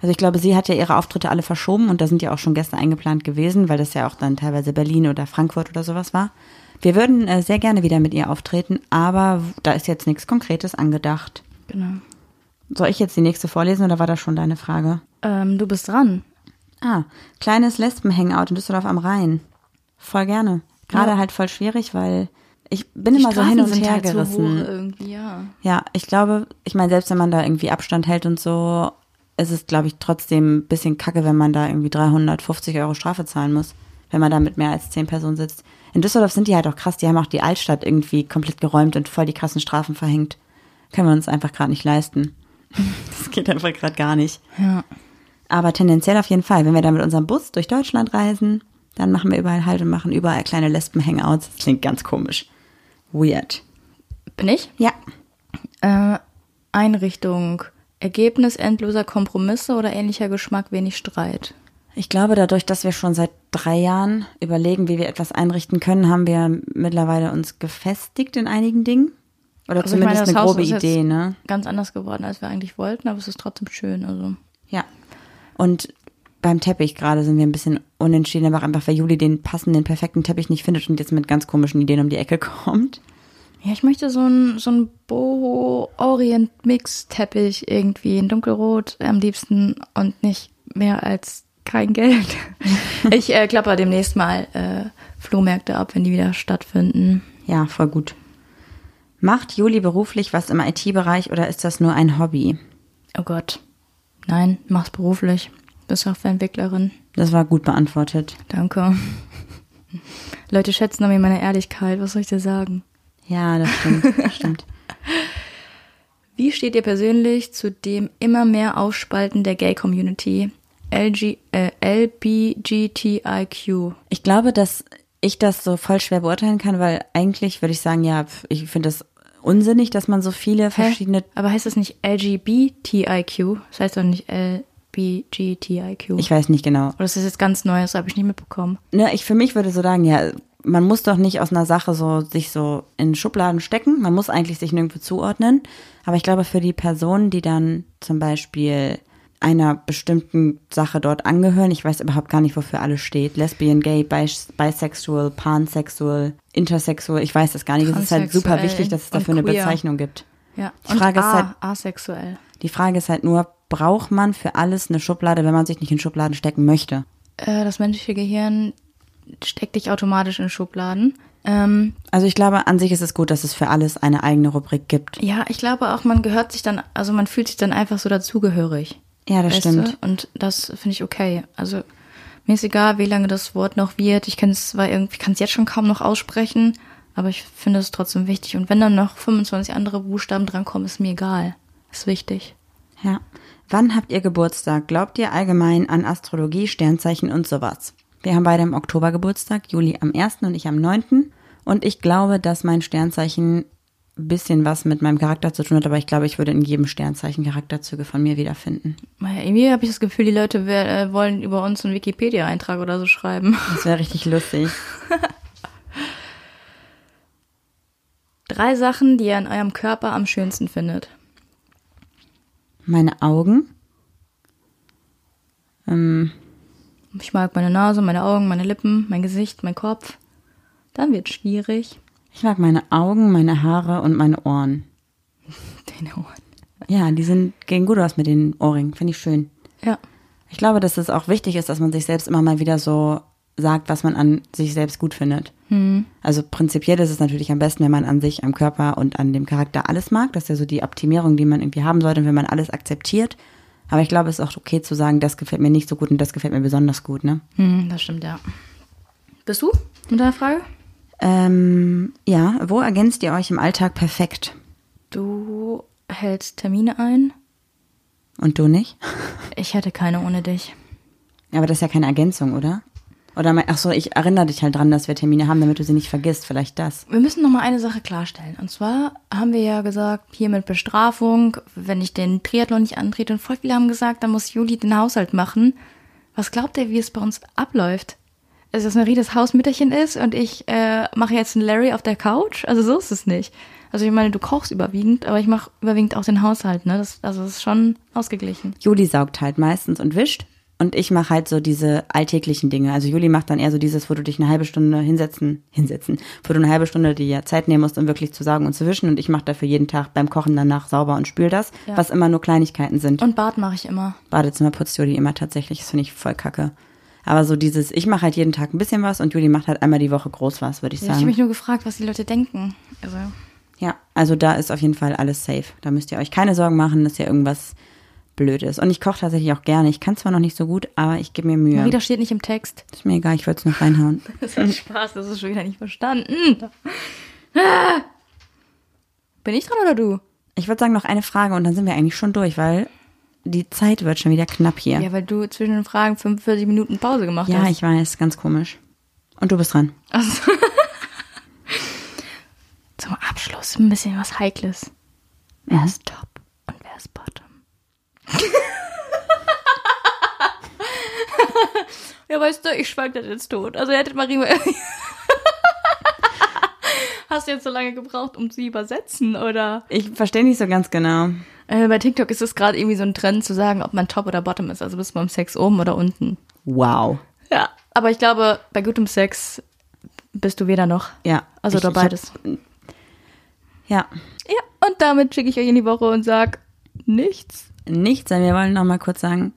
Speaker 2: also ich glaube, sie hat ja ihre Auftritte alle verschoben und da sind ja auch schon Gäste eingeplant gewesen, weil das ja auch dann teilweise Berlin oder Frankfurt oder sowas war. Wir würden äh, sehr gerne wieder mit ihr auftreten, aber w- da ist jetzt nichts Konkretes angedacht.
Speaker 1: Genau.
Speaker 2: Soll ich jetzt die nächste vorlesen oder war das schon deine Frage?
Speaker 1: Ähm, du bist dran.
Speaker 2: Ah, kleines Lesben-Hangout in Düsseldorf am Rhein. Voll gerne. Gerade halt voll schwierig, weil ich bin immer so hin und her
Speaker 1: halt
Speaker 2: gerissen.
Speaker 1: irgendwie, ja.
Speaker 2: Ja, ich glaube, ich meine, selbst wenn man da irgendwie Abstand hält und so, ist es, glaube ich, trotzdem ein bisschen kacke, wenn man da irgendwie 350 Euro Strafe zahlen muss, wenn man da mit mehr als 10 Personen sitzt. In Düsseldorf sind die halt auch krass, die haben auch die Altstadt irgendwie komplett geräumt und voll die krassen Strafen verhängt. Können wir uns einfach gerade nicht leisten. Das geht einfach gerade gar nicht.
Speaker 1: Ja.
Speaker 2: Aber tendenziell auf jeden Fall, wenn wir da mit unserem Bus durch Deutschland reisen, dann machen wir überall Halt und machen überall kleine Lesben-Hangouts. Das klingt ganz komisch. Weird.
Speaker 1: Bin ich?
Speaker 2: Ja,
Speaker 1: Äh, Einrichtung. Ergebnis endloser Kompromisse oder ähnlicher Geschmack, wenig Streit.
Speaker 2: Ich glaube, dadurch, dass wir schon seit drei Jahren überlegen, wie wir etwas einrichten können, haben wir mittlerweile uns gefestigt in einigen Dingen. Oder
Speaker 1: Also ich meine,
Speaker 2: zumindest
Speaker 1: das
Speaker 2: eine
Speaker 1: Haus
Speaker 2: grobe
Speaker 1: ist jetzt-
Speaker 2: Idee, ne?
Speaker 1: Ganz anders geworden, als wir eigentlich wollten, aber es ist trotzdem schön. Also.
Speaker 2: Ja. Und beim Teppich gerade sind wir ein bisschen unentschieden, aber auch einfach, weil Juli den passenden, perfekten Teppich nicht findet und jetzt mit ganz komischen Ideen um die Ecke kommt.
Speaker 1: Ja, ich möchte so einen so einen Boho-Orient-Mix-Teppich irgendwie in dunkelrot am liebsten und nicht mehr als kein Geld. ich äh, klapper demnächst mal äh, Flohmärkte ab, wenn die wieder stattfinden.
Speaker 2: Ja, voll gut. Macht Juli beruflich was im IT-Bereich oder ist das nur ein Hobby?
Speaker 1: Oh Gott. Nein, mach's beruflich. Bist Softwareentwicklerin.
Speaker 2: Das war gut beantwortet.
Speaker 1: Danke. Leute schätzen an mir meine Ehrlichkeit. Was soll ich dir sagen?
Speaker 2: Ja, das stimmt. Das stimmt.
Speaker 1: Wie steht ihr persönlich zu dem immer mehr Aufspalten der Gay-Community? LG, äh, LBGTIQ.
Speaker 2: Ich glaube, dass ich das so voll schwer beurteilen kann, weil eigentlich würde ich sagen, ja, pf, ich finde das unsinnig, dass man so viele
Speaker 1: Hä?
Speaker 2: verschiedene.
Speaker 1: Aber heißt das nicht LGBTIQ? Das heißt doch nicht LBGTIQ.
Speaker 2: Ich weiß nicht genau.
Speaker 1: Oder ist das jetzt ganz neu? Das habe ich nicht mitbekommen.
Speaker 2: Ne, ich für mich würde so sagen, ja, man muss doch nicht aus einer Sache so sich so in Schubladen stecken. Man muss eigentlich sich nirgendwo zuordnen. Aber ich glaube, für die Personen, die dann zum Beispiel einer bestimmten Sache dort angehören. Ich weiß überhaupt gar nicht, wofür alles steht. Lesbian, gay, bis bisexual, pansexual, intersexual. Ich weiß das gar nicht. Es ist halt super
Speaker 1: Transsexuell
Speaker 2: wichtig, dass es
Speaker 1: und
Speaker 2: dafür eine
Speaker 1: queer.
Speaker 2: Bezeichnung gibt.
Speaker 1: Ja.
Speaker 2: Die Frage
Speaker 1: und
Speaker 2: ist
Speaker 1: a,
Speaker 2: halt-
Speaker 1: asexuell.
Speaker 2: Die Frage ist halt nur, braucht man für alles eine Schublade, wenn man sich nicht in Schubladen stecken möchte?
Speaker 1: Äh, das menschliche Gehirn steckt dich automatisch in Schubladen. Ähm,
Speaker 2: Also ich glaube, an sich ist es gut, dass es für alles eine eigene Rubrik gibt.
Speaker 1: ja, ich glaube auch, man gehört sich dann, also man fühlt sich dann einfach so dazugehörig.
Speaker 2: Ja, das
Speaker 1: Weißt
Speaker 2: stimmt.
Speaker 1: Du? Und das finde ich okay. Also mir ist egal, wie lange das Wort noch wird. Ich kann es zwar irgendwie, kann es jetzt schon kaum noch aussprechen, aber ich finde es trotzdem wichtig. Und wenn dann noch 25 andere Buchstaben drankommen, ist mir egal. Ist wichtig.
Speaker 2: Ja. Wann habt ihr Geburtstag? Glaubt ihr allgemein an Astrologie, Sternzeichen und sowas? Wir haben beide im Oktober Geburtstag, Juli am 1. und ich am 9. Und ich glaube, dass mein Sternzeichen ein bisschen was mit meinem Charakter zu tun hat, aber ich glaube, ich würde in jedem Sternzeichen Charakterzüge von mir wiederfinden.
Speaker 1: Naja, irgendwie habe ich das Gefühl, die Leute wer- äh, wollen über uns einen Wikipedia-Eintrag oder so schreiben.
Speaker 2: Das wäre richtig lustig.
Speaker 1: Drei Sachen, die ihr an eurem Körper am schönsten findet.
Speaker 2: Meine Augen,
Speaker 1: Ich mag meine Nase, meine Augen, meine Lippen, mein Gesicht, mein Kopf. Dann wird schwierig.
Speaker 2: Ich mag meine Augen, meine Haare und meine Ohren.
Speaker 1: Den Ohren.
Speaker 2: Ja, die sind, gehen gut aus mit den Ohrringen. Finde ich schön.
Speaker 1: Ja.
Speaker 2: Ich glaube, dass es auch wichtig ist, dass man sich selbst immer mal wieder so sagt, was man an sich selbst gut findet. Also prinzipiell ist es natürlich am besten, wenn man an sich, am Körper und an dem Charakter alles mag. Das ist ja so die Optimierung, die man irgendwie haben sollte und wenn man alles akzeptiert. Aber ich glaube, es ist auch okay zu sagen, das gefällt mir nicht so gut und das gefällt mir besonders gut. Ne?
Speaker 1: Hm, das stimmt, ja. Bist du mit deiner Frage?
Speaker 2: Ähm, ja, wo ergänzt ihr euch im Alltag perfekt
Speaker 1: Du hältst Termine ein.
Speaker 2: und du nicht?
Speaker 1: Ich hätte keine ohne dich.
Speaker 2: Aber das ist ja keine Ergänzung, oder? Oder mein, ach so, ich erinnere dich halt dran, dass wir Termine haben, damit du sie nicht vergisst. Vielleicht das.
Speaker 1: Wir müssen noch mal eine Sache klarstellen. Und zwar haben wir ja gesagt, hier mit Bestrafung, wenn ich den Triathlon nicht antrete. Und voll viele haben gesagt, dann muss Juli den Haushalt machen. Was glaubt ihr, wie es bei uns abläuft? Also, dass Marie das Hausmütterchen ist und ich äh, mache jetzt einen Larry auf der Couch? Also, so ist es nicht. Also, ich meine, du kochst überwiegend, aber ich mache überwiegend auch den Haushalt. Ne? Das, also, es ist schon ausgeglichen.
Speaker 2: Juli saugt halt meistens und wischt. Und ich mache halt so diese alltäglichen Dinge. Also Juli macht dann eher so dieses, wo du dich eine halbe Stunde hinsetzen, hinsetzen, wo du eine halbe Stunde dir Zeit nehmen musst, um wirklich zu saugen und zu wischen. Und ich mache dafür jeden Tag beim Kochen danach sauber und spül das,
Speaker 1: Ja.
Speaker 2: was immer nur Kleinigkeiten sind.
Speaker 1: Und Bad mache ich immer.
Speaker 2: Badezimmer putzt Juli immer tatsächlich, das finde ich voll kacke. Aber so dieses, ich mache halt jeden Tag ein bisschen was und Juli macht halt einmal die Woche groß was, würde ich
Speaker 1: Ich habe
Speaker 2: sagen.
Speaker 1: mich nur gefragt, was die Leute denken. Also,
Speaker 2: Ja, also da ist auf jeden Fall alles safe. Da müsst ihr euch keine Sorgen machen, dass hier irgendwas blöd ist. Und ich koche tatsächlich auch gerne. Ich kann zwar noch nicht so gut, aber ich gebe mir Mühe.
Speaker 1: Marie, das steht nicht im Text.
Speaker 2: Ist mir egal, ich wollte es noch reinhauen.
Speaker 1: Das hat Spaß, das ist schon wieder nicht verstanden. Ah! Bin ich dran oder du?
Speaker 2: Ich würde sagen, noch eine Frage und dann sind wir eigentlich schon durch, weil die Zeit wird schon wieder knapp hier. Ja,
Speaker 1: Ja, weil du zwischen den Fragen 45 Minuten Pause gemacht hast.
Speaker 2: ich weiß, ganz komisch. Und du bist dran.
Speaker 1: Also, zum Abschluss ein bisschen was Heikles.
Speaker 2: Mhm.
Speaker 1: Wer ist top und wer ist bottom? ja, weißt du, ich schweig das jetzt tot. Also hättet Marie... Hast du jetzt so lange gebraucht, um zu übersetzen, oder?
Speaker 2: Ich verstehe nicht so ganz genau.
Speaker 1: Äh, bei TikTok ist es gerade irgendwie so ein Trend zu sagen, ob man top oder bottom ist. Also bist du beim Sex oben oder unten.
Speaker 2: Wow.
Speaker 1: Ja. Aber ich glaube, bei gutem Sex bist du weder noch.
Speaker 2: Ja.
Speaker 1: Also
Speaker 2: ich,
Speaker 1: oder beides.
Speaker 2: Ich hab, ja.
Speaker 1: Ja, und damit schicke ich euch in die Woche und sag nichts.
Speaker 2: Nichts, sondern wir wollen noch mal kurz sagen,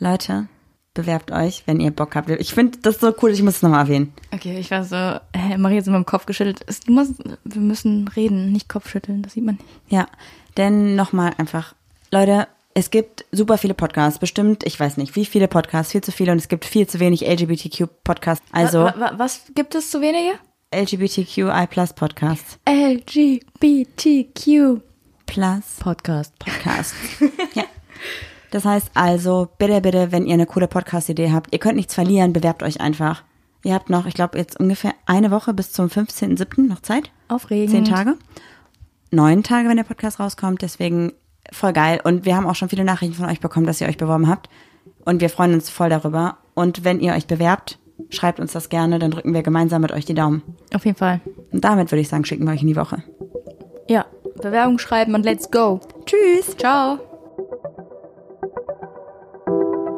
Speaker 2: Leute, bewerbt euch, wenn ihr Bock habt. Ich finde das so cool, ich muss es noch mal erwähnen.
Speaker 1: Okay, ich war so, hä, Maria ist immer im Kopf geschüttelt. Es- Du musst, wir müssen reden, nicht Kopf schütteln, das sieht man nicht.
Speaker 2: Ja, denn nochmal einfach, Leute, es gibt super viele Podcasts, bestimmt, ich weiß nicht, wie viele Podcasts, viel zu viele und es gibt viel zu wenig LGBTQ-Podcasts, also
Speaker 1: Wa- wa- was gibt es zu wenige?
Speaker 2: LGBTQI Plus Podcasts.
Speaker 1: LGBTQ
Speaker 2: Plus
Speaker 1: Podcast.
Speaker 2: Podcasts. ja. Das heißt also, bitte, bitte, wenn ihr eine coole Podcast-Idee habt, ihr könnt nichts verlieren, bewerbt euch einfach. Ihr habt noch, ich glaube, jetzt ungefähr eine Woche bis zum 15.07. noch Zeit.
Speaker 1: Aufregend.
Speaker 2: Zehn Tage? Neun Tage, wenn der Podcast rauskommt. Deswegen voll geil. Und wir haben auch schon viele Nachrichten von euch bekommen, dass ihr euch beworben habt. Und wir freuen uns voll darüber. Und wenn ihr euch bewerbt, schreibt uns das gerne. Dann drücken wir gemeinsam mit euch die Daumen.
Speaker 1: Auf jeden Fall.
Speaker 2: Und damit würde ich sagen, schicken wir euch in die Woche.
Speaker 1: Ja, Bewerbung schreiben und let's go.
Speaker 2: Tschüss.
Speaker 1: Ciao.